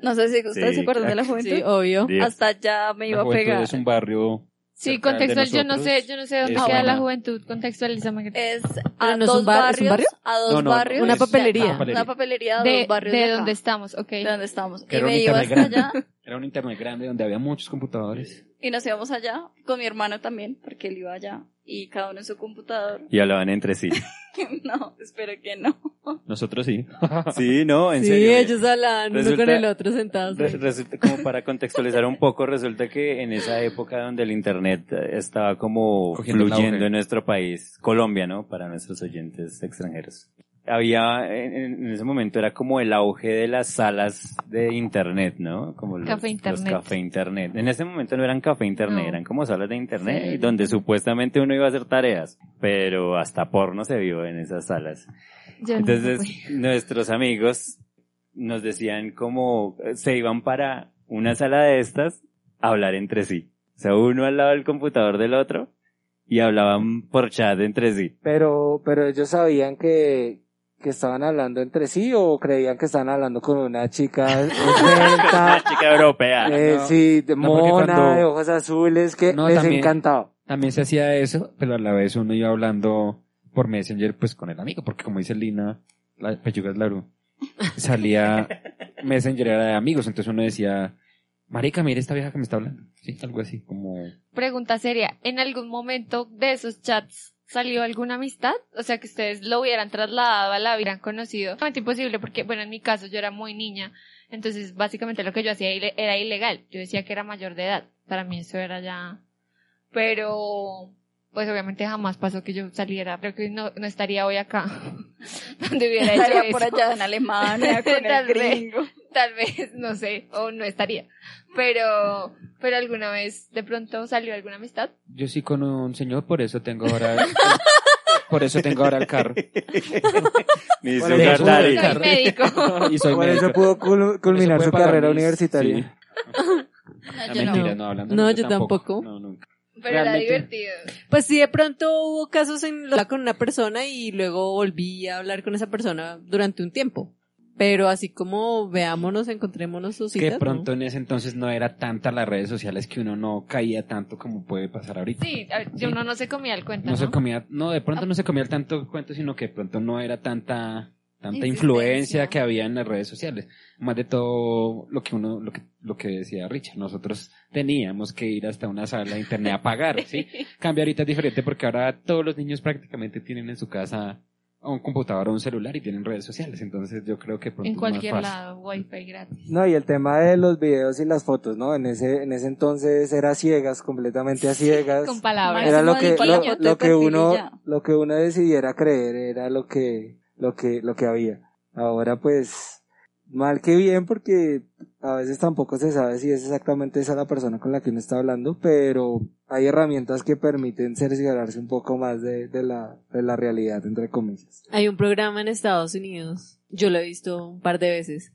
Speaker 4: no sé si ustedes
Speaker 1: Sí,
Speaker 4: se acuerdan de la juventud,
Speaker 6: Sí, obvio.
Speaker 1: Diez.
Speaker 4: hasta allá me iba
Speaker 2: La
Speaker 4: a
Speaker 2: juventud
Speaker 4: pegar.
Speaker 2: Es un barrio.
Speaker 3: Sí,
Speaker 2: cerca al de
Speaker 3: contextual, yo no
Speaker 2: nosotros.
Speaker 3: sé, yo no sé dónde
Speaker 2: Es
Speaker 3: queda la
Speaker 2: buena.
Speaker 3: juventud, contextualízame.
Speaker 4: Es a
Speaker 6: no es un
Speaker 4: dos
Speaker 6: bar-
Speaker 4: barrios,
Speaker 6: ¿es un barrio?
Speaker 4: a dos
Speaker 2: No, no, no,
Speaker 4: barrios.
Speaker 6: Una
Speaker 4: de
Speaker 6: papelería.
Speaker 4: acá. Una papelería a dos
Speaker 3: De,
Speaker 4: barrios.
Speaker 3: de
Speaker 4: acá,
Speaker 3: donde estamos, ok.
Speaker 4: de donde estamos.
Speaker 2: Que
Speaker 4: y
Speaker 2: era un
Speaker 4: me iba
Speaker 2: internet
Speaker 4: hasta
Speaker 2: grande.
Speaker 4: allá
Speaker 2: Era un internet grande donde había muchos computadores.
Speaker 4: y nos íbamos allá con mi hermano también, porque él iba allá y cada uno en su computador.
Speaker 1: Y hablaban entre sí.
Speaker 4: no, espero que no.
Speaker 2: Nosotros sí.
Speaker 1: Sí, no, en
Speaker 6: Sí,
Speaker 1: serio. ¿eh?
Speaker 6: ellos hablaban uno con
Speaker 1: Resulta-
Speaker 6: el otro sentados.
Speaker 1: Re- Resulta, como para contextualizar un poco, resulta que en esa época donde el internet eh, estaba como
Speaker 2: Cogiendo el
Speaker 1: fluyendo
Speaker 2: auge.
Speaker 1: en nuestro país, Colombia, ¿no? Para nuestros oyentes extranjeros. Había, en, en ese momento era como el auge de las salas de internet, ¿no? Como los,
Speaker 3: Café internet.
Speaker 1: los café internet. En ese momento no eran café internet,
Speaker 3: No.
Speaker 1: eran como salas de internet
Speaker 3: Sí.
Speaker 1: donde supuestamente uno iba a hacer tareas, pero hasta porno se vio en esas salas.
Speaker 3: Yo no sé,
Speaker 1: Entonces, nuestros amigos nos decían como eh, se iban para una sala de estas a hablar entre sí. O sea, uno al lado del computador del otro y hablaban por chat entre sí.
Speaker 5: Pero, pero ellos sabían que, que estaban hablando entre sí o creían que estaban hablando con una chica esbelta,
Speaker 1: Una chica europea.
Speaker 5: eh,
Speaker 2: No.
Speaker 5: sí, de
Speaker 2: No, porque
Speaker 5: mona,
Speaker 2: cuando-
Speaker 5: de ojos azules, que
Speaker 2: No,
Speaker 5: les
Speaker 2: también-
Speaker 5: encantaba.
Speaker 2: También se hacía eso, pero a la vez uno iba hablando por Messenger pues con el amigo, porque como dice Lina, la pechuga es Laru, salía Messenger era de amigos, entonces uno decía, marica, mire esta vieja que me está hablando, sí, algo así, como...
Speaker 3: Pregunta seria, ¿en algún momento de esos chats salió alguna amistad? O sea, que ustedes lo hubieran trasladado a la hubieran conocido. Realmente imposible porque, bueno, en mi caso yo era muy niña, entonces básicamente lo que yo hacía ile- era ilegal. Yo decía que era mayor de edad, para mí eso era ya... Pero, pues obviamente jamás pasó que yo saliera, creo que no, no estaría hoy acá, donde hubiera hecho eso.
Speaker 4: por allá en Alemania con el
Speaker 3: Tal vez.
Speaker 4: gringo.
Speaker 3: Tal vez, no sé, o no estaría. Pero, pero alguna vez de pronto salió alguna amistad.
Speaker 2: Yo sí con un señor, por eso tengo ahora. por eso tengo ahora el carro.
Speaker 1: Ni
Speaker 5: Bueno,
Speaker 1: sugar
Speaker 5: eso-
Speaker 1: daddy.
Speaker 3: Soy médico.
Speaker 2: Y soy
Speaker 5: Por eso
Speaker 2: médico.
Speaker 5: pudo cul- culminar
Speaker 2: Eso
Speaker 5: su
Speaker 2: fue para
Speaker 5: carrera
Speaker 2: mis-
Speaker 5: universitaria.
Speaker 2: sí.
Speaker 4: No,
Speaker 2: Ah,
Speaker 4: yo no.
Speaker 2: mentira, no, hablando
Speaker 6: No,
Speaker 2: de eso
Speaker 6: yo tampoco.
Speaker 2: No, nunca.
Speaker 3: Pero era
Speaker 2: Realmente.
Speaker 3: divertido.
Speaker 6: Pues sí, de pronto hubo casos en los que hablaba con una persona y luego volví a hablar con esa persona durante un tiempo. Pero así como veámonos, encontrémonos sus citas.
Speaker 2: que
Speaker 6: ¿no?
Speaker 2: pronto en ese entonces no era tanta las redes sociales que uno no caía tanto como puede pasar ahorita.
Speaker 3: Sí, a ver, yo no, no se comía el cuento,
Speaker 2: no
Speaker 3: ¿no?
Speaker 2: se comía, no, de pronto no se
Speaker 3: Ah.
Speaker 2: comía tanto cuento, sino que de pronto no era tanta tanta
Speaker 4: Insistencia.
Speaker 2: influencia que había en las redes sociales. Más de todo lo que uno, lo que, lo que decía Richard, nosotros teníamos que ir hasta una sala de internet a pagar, ¿sí? Cambia ahorita es diferente porque ahora todos los niños prácticamente tienen en su casa un computador o un celular y tienen redes sociales, entonces yo creo que pronto
Speaker 3: en
Speaker 2: es más
Speaker 3: cualquier
Speaker 2: fácil.
Speaker 3: lado, wifi gratis.
Speaker 5: No, y el tema de los videos y las fotos, ¿no? En ese, en ese entonces era ciegas, completamente a ciegas.
Speaker 3: Con palabras.
Speaker 5: Pues, Era lo que,
Speaker 4: Máximo
Speaker 5: lo,
Speaker 4: niño,
Speaker 5: lo
Speaker 4: te
Speaker 5: que uno,
Speaker 4: perfililla.
Speaker 5: lo que uno decidiera creer era lo que, lo que, lo que había. Ahora pues, mal que bien, porque a veces tampoco se sabe si es exactamente esa la persona con la que uno está hablando, pero hay herramientas que permiten cerciorarse un poco más de, de la, de la realidad, entre comillas.
Speaker 6: Hay un programa en Estados Unidos, yo lo he visto un par de veces,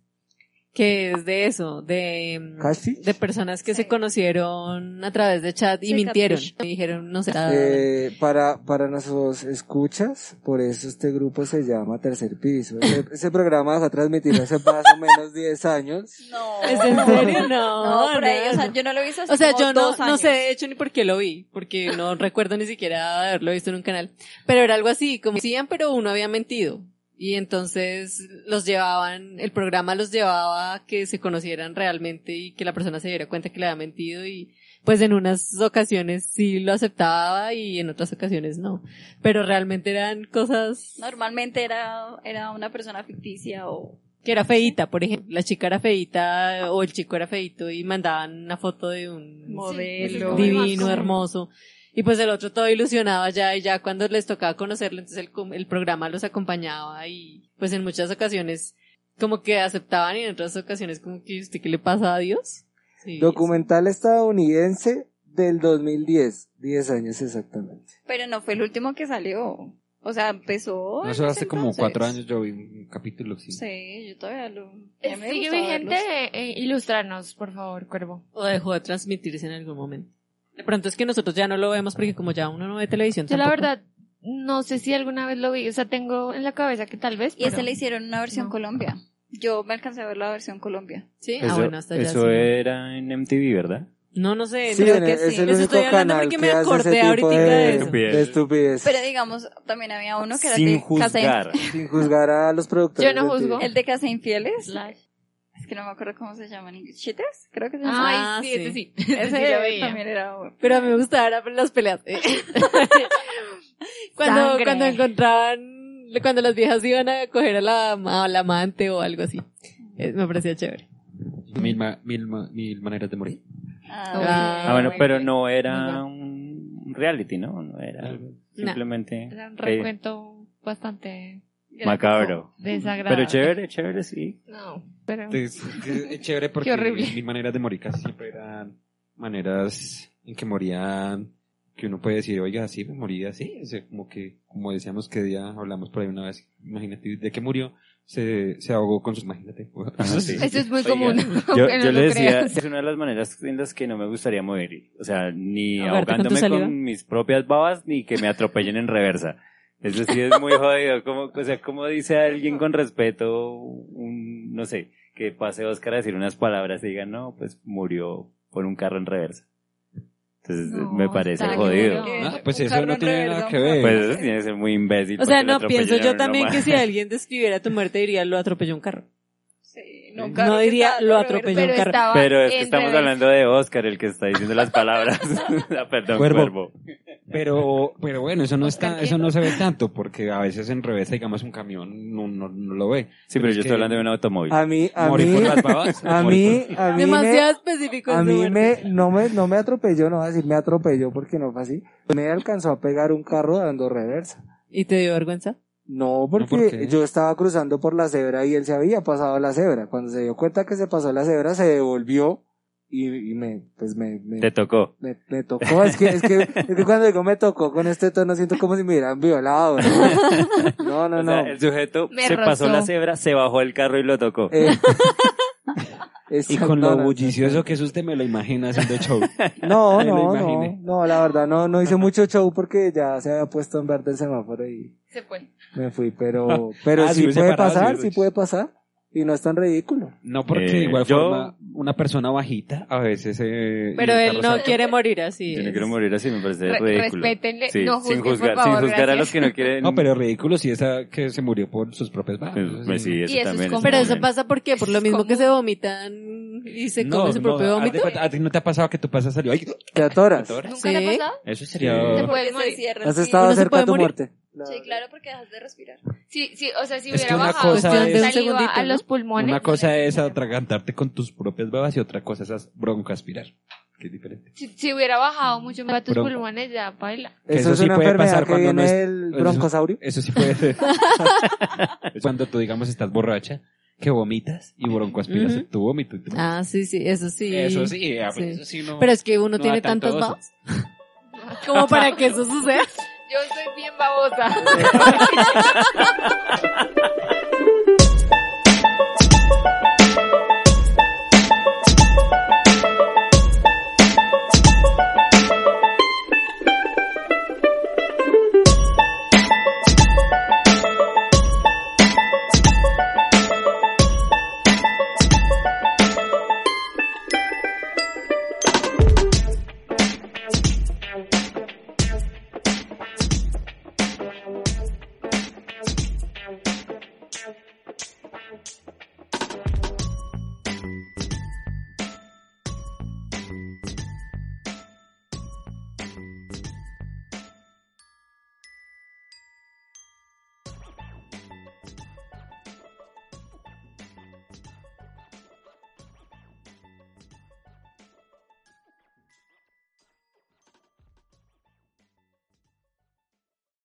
Speaker 6: que es de eso, de, mm,
Speaker 5: ¿Casi?
Speaker 6: de personas que
Speaker 3: Sí.
Speaker 6: se conocieron a través de chat y
Speaker 4: Sí,
Speaker 6: mintieron.
Speaker 4: catfish.
Speaker 6: Y dijeron, no sé,
Speaker 5: Eh, para, para nuestros escuchas, por eso este grupo se llama Tercer Piso. Ese, ese programa dejó transmitido hace más o menos 10 años.
Speaker 4: No.
Speaker 6: ¿es en serio? No,
Speaker 4: No, por ahí,
Speaker 6: no,
Speaker 4: o sea,
Speaker 6: no.
Speaker 4: yo no lo he visto hace
Speaker 6: O sea,
Speaker 4: como
Speaker 6: yo no,
Speaker 4: dos
Speaker 6: no sé
Speaker 4: años.
Speaker 6: de hecho ni por qué lo vi, porque no recuerdo ni siquiera haberlo visto en un canal. Pero era algo así, como decían, pero uno había mentido. Y entonces los llevaban, el programa los llevaba a que se conocieran realmente y que la persona se diera cuenta que le había mentido y pues en unas ocasiones sí lo aceptaba y en otras ocasiones no. Pero realmente eran cosas
Speaker 4: Normalmente era, era una persona ficticia o...
Speaker 6: que era feita, por ejemplo. La chica era feita o el chico era feito y mandaban una foto de un
Speaker 4: Modelo.
Speaker 6: divino, hermoso. Y pues el otro todo ilusionaba ya y ya cuando les tocaba conocerlo, entonces el, com- el programa los acompañaba y pues en muchas ocasiones como que aceptaban y en otras ocasiones como que usted qué le pasa a Dios. Sí,
Speaker 5: Documental estadounidense del 2010. 10 años exactamente.
Speaker 4: Pero no fue el último que salió. O sea, empezó...
Speaker 2: No
Speaker 4: en
Speaker 2: sé,
Speaker 4: ese
Speaker 2: hace como
Speaker 4: entonces.
Speaker 2: cuatro años yo vi un capítulo, sí.
Speaker 4: Sí, yo todavía lo...
Speaker 3: Eh,
Speaker 4: a mí me
Speaker 3: Sigue
Speaker 4: gustaba
Speaker 3: vigente,
Speaker 4: verlos.
Speaker 3: eh, ilustrarnos, por favor, Cuervo.
Speaker 6: o dejó de transmitirse en algún momento. De pronto es que nosotros ya no lo vemos porque como ya uno no ve televisión.
Speaker 3: Yo la
Speaker 6: tampoco.
Speaker 3: verdad, no sé si alguna vez lo vi, o sea, tengo en la cabeza que tal vez,
Speaker 4: Y ese
Speaker 3: pero-
Speaker 4: le hicieron una versión
Speaker 3: No.
Speaker 4: Colombia. Yo me alcancé a ver la versión Colombia.
Speaker 6: Sí, ah,
Speaker 1: Eso,
Speaker 6: bueno, hasta ya
Speaker 1: eso
Speaker 6: sí.
Speaker 1: era en MTV, ¿verdad?
Speaker 6: No, no sé.
Speaker 5: Sí,
Speaker 6: Eh, creo
Speaker 5: en-
Speaker 6: que
Speaker 5: es
Speaker 6: sí.
Speaker 5: el
Speaker 6: Eso estoy
Speaker 5: único
Speaker 6: hablando
Speaker 5: canal
Speaker 6: porque
Speaker 5: que
Speaker 6: me
Speaker 5: hace
Speaker 6: acordé
Speaker 5: ese tipo
Speaker 6: ahorita
Speaker 5: de,
Speaker 6: de eso.
Speaker 1: Estupidez.
Speaker 5: de estupidez.
Speaker 4: Pero digamos, también había uno que era
Speaker 1: Sin
Speaker 4: de Ah, Casa,
Speaker 1: juzgar.
Speaker 5: Sin juzgar a los productores.
Speaker 3: Yo no
Speaker 5: de TV.
Speaker 3: juzgo.
Speaker 4: el de Casa Infieles.
Speaker 3: Slash.
Speaker 4: Es que no me acuerdo cómo se llaman. ¿Chites? Creo que se llama.
Speaker 3: Ay,
Speaker 6: Ah,
Speaker 3: sí,
Speaker 6: sí.
Speaker 3: ese sí.
Speaker 4: Ese
Speaker 3: Ese sí lo veía.
Speaker 4: también era...
Speaker 6: Pero a mí me gustaban las peleas. cuando,
Speaker 3: Sangre.
Speaker 6: cuando encontraban, cuando las viejas iban a coger a la, a la amante o algo así. Eh, Me parecía chévere.
Speaker 2: Mil, ma- mil, ma- mil maneras de morir.
Speaker 4: Ah,
Speaker 1: Ah, bueno, pero no
Speaker 6: Muy
Speaker 1: era un reality, ¿no? No era algo simplemente
Speaker 3: Era un
Speaker 1: que-
Speaker 3: recuento bastante
Speaker 1: macabro.
Speaker 3: desagradable.
Speaker 1: Pero chévere, chévere, sí.
Speaker 3: No, pero...
Speaker 2: Pues, Es, es chévere porque
Speaker 3: Qué horrible.
Speaker 2: mil maneras de morir casi siempre eran maneras en que morían, que uno puede decir, oiga, sí, me morí así. O sea, como que, como decíamos que día hablamos por ahí una vez, imagínate, ¿de qué murió? Se, se ahogó con sus, imagínate.
Speaker 1: Ah, sí.
Speaker 3: Eso es muy
Speaker 1: Oiga,
Speaker 3: común.
Speaker 1: Yo,
Speaker 3: aunque no
Speaker 1: yo
Speaker 3: lo
Speaker 1: le decía,
Speaker 3: creas.
Speaker 1: es una de las maneras en las que no me gustaría morir. O sea, ni
Speaker 6: Ahogarte con tu
Speaker 1: ahogándome con,
Speaker 6: saliva.
Speaker 1: mis propias babas, ni que me atropellen en reversa. Eso sí es muy jodido. Como, o sea, como dice alguien con respeto, un, no sé, que pase Oscar a decir unas palabras y diga, no, pues murió por un carro en reversa. Entonces,
Speaker 3: No,
Speaker 1: me parece
Speaker 3: está
Speaker 1: jodido.
Speaker 3: bien.
Speaker 2: Ah, pues
Speaker 4: Un
Speaker 2: eso
Speaker 4: carro
Speaker 2: no
Speaker 4: en
Speaker 2: tiene
Speaker 4: reversa,
Speaker 2: nada
Speaker 4: un
Speaker 2: que
Speaker 4: carro
Speaker 2: ver.
Speaker 4: en
Speaker 1: Pues eso tiene que ser muy imbécil.
Speaker 6: O sea,
Speaker 1: porque lo
Speaker 6: no, pienso
Speaker 1: atropellan a
Speaker 6: yo
Speaker 1: uno
Speaker 6: también
Speaker 1: más.
Speaker 6: que si alguien describiera tu muerte diría lo atropelló un carro.
Speaker 4: Sí,
Speaker 6: No
Speaker 4: nunca creo que
Speaker 6: diría,
Speaker 4: estaba
Speaker 6: lo
Speaker 4: por ver,
Speaker 6: atropelló
Speaker 4: pero
Speaker 6: un carro.
Speaker 3: estaba
Speaker 1: Pero es
Speaker 3: en
Speaker 1: que estamos
Speaker 3: reversa.
Speaker 1: hablando de Oscar, el que está diciendo las palabras. Ah, Perdón,
Speaker 2: Cuervo.
Speaker 1: cuervo.
Speaker 2: Pero, pero bueno, eso no
Speaker 3: Oscar,
Speaker 2: está,
Speaker 3: ¿qué?
Speaker 2: eso no se ve tanto, porque a veces en revés, digamos, un camión no, no, no lo ve.
Speaker 1: Sí, pero yo estoy hablando de un automóvil.
Speaker 5: A mí, a
Speaker 2: Morí
Speaker 5: mí,
Speaker 2: por las babas.
Speaker 5: a
Speaker 2: morí
Speaker 5: mí, a mí,
Speaker 6: Demasiado
Speaker 5: me,
Speaker 6: específico.
Speaker 5: a
Speaker 6: en su
Speaker 5: mí
Speaker 6: muerte.
Speaker 5: me, no me, no me atropelló, no voy a decir me atropelló porque no fue así. Me alcanzó a pegar un carro dando reversa.
Speaker 6: ¿Y te dio vergüenza?
Speaker 5: No,
Speaker 2: ¿por
Speaker 5: porque
Speaker 2: qué?
Speaker 5: yo estaba cruzando por la cebra y él se había pasado la cebra. Cuando se dio cuenta que se pasó la cebra, se devolvió y, y me, pues me, me,
Speaker 1: Te tocó.
Speaker 5: me, me tocó. Es que, es que, es que cuando digo me tocó con este tono siento como si me hubieran violado. No, no, no.
Speaker 1: O
Speaker 5: no.
Speaker 1: sea, el sujeto
Speaker 3: Me
Speaker 1: se pasó
Speaker 3: rozó.
Speaker 1: la cebra, se bajó el carro y lo tocó.
Speaker 5: Eh,
Speaker 2: por- Y
Speaker 5: exacto,
Speaker 2: con
Speaker 5: no,
Speaker 2: lo
Speaker 5: no,
Speaker 2: bullicioso que es usted, me lo imagina haciendo show.
Speaker 5: No,
Speaker 2: Me lo
Speaker 5: no, no,
Speaker 2: imaginé.
Speaker 5: no, la verdad no, no hice mucho show porque ya se había puesto en verde el semáforo y
Speaker 3: Se fue.
Speaker 5: me fui, pero, pero
Speaker 2: Ah, si
Speaker 5: sí
Speaker 2: hubiese
Speaker 5: puede
Speaker 2: parado,
Speaker 5: pasar,
Speaker 2: sí,
Speaker 5: sí
Speaker 2: pues.
Speaker 5: puede pasar y no es tan ridículo.
Speaker 2: No, porque
Speaker 1: Eh,
Speaker 2: de igual
Speaker 1: yo-
Speaker 2: forma, una persona bajita a veces... eh,
Speaker 6: Pero
Speaker 2: y un
Speaker 6: él
Speaker 2: carro
Speaker 6: no
Speaker 2: se-
Speaker 6: quiere morir así.
Speaker 1: Yo no
Speaker 6: es.
Speaker 1: quiero morir así, me parece
Speaker 3: Re-
Speaker 1: ridículo.
Speaker 3: respétenle,
Speaker 1: Sí,
Speaker 3: no
Speaker 1: sin
Speaker 3: juzguen,
Speaker 1: juzgar,
Speaker 3: por
Speaker 1: sin
Speaker 3: favor,
Speaker 1: juzgar a
Speaker 3: gracias.
Speaker 1: los que no quieren.
Speaker 2: No, pero ridículo si esa que se murió por sus propias babas.
Speaker 1: Pues, pues sí, eso
Speaker 3: Y eso es
Speaker 1: también.
Speaker 3: común.
Speaker 6: Pero eso
Speaker 1: también.
Speaker 6: pasa porque por lo mismo
Speaker 3: ¿Cómo?
Speaker 6: que se vomitan y se
Speaker 2: No,
Speaker 6: comen su
Speaker 2: no,
Speaker 6: propio
Speaker 2: haz de
Speaker 6: vómito.
Speaker 2: cuenta, a ti no te ha pasado que tu pasa salió. ay,
Speaker 5: Te atoras,
Speaker 2: ¿Ahora?
Speaker 3: ¿Nunca le ha
Speaker 6: Sí.
Speaker 3: pasado?
Speaker 2: Eso
Speaker 1: Sí.
Speaker 2: sería.
Speaker 3: Te puedes
Speaker 4: Porque se
Speaker 3: morir.
Speaker 4: cierran,
Speaker 5: has
Speaker 4: sí.
Speaker 5: estado
Speaker 6: ¿Uno se
Speaker 5: cerca
Speaker 6: puede
Speaker 5: de tu
Speaker 6: morir?
Speaker 5: muerte.
Speaker 4: Sí, claro, porque dejas de respirar.
Speaker 3: Sí, sí, o sea, si
Speaker 2: Es
Speaker 3: hubiera
Speaker 2: que una
Speaker 3: bajado
Speaker 2: cosa
Speaker 3: saliva
Speaker 2: es-
Speaker 6: Un segundito,
Speaker 3: a los
Speaker 6: ¿no?
Speaker 3: pulmones.
Speaker 2: Una
Speaker 3: no
Speaker 2: cosa
Speaker 3: le-
Speaker 2: es atragantarte con tus propias babas y otra cosa es broncoaspirar, que es diferente.
Speaker 3: Si, si hubiera bajado mucho más a tus
Speaker 2: Bronco.
Speaker 3: pulmones, ya baila.
Speaker 2: Que
Speaker 5: Eso,
Speaker 2: eso
Speaker 5: es
Speaker 2: sí
Speaker 5: una
Speaker 2: puede
Speaker 5: enfermedad
Speaker 2: pasar
Speaker 5: que
Speaker 2: cuando no
Speaker 5: viene
Speaker 2: es-
Speaker 5: el broncosaurio.
Speaker 2: Eso sí puede ser. Es cuando tú, digamos, estás borracha, que vomitas y broncoaspiras
Speaker 6: Ujú.
Speaker 2: tu vómito. y tú-
Speaker 6: Ah, sí, sí, eso sí.
Speaker 2: Eso sí, ah, pues
Speaker 6: Sí.
Speaker 2: eso sí no.
Speaker 6: Pero es que uno
Speaker 2: no
Speaker 6: tiene
Speaker 2: da tanto
Speaker 6: tantas
Speaker 2: oso.
Speaker 6: babas. Como para que eso suceda.
Speaker 3: Yo soy bien babosa.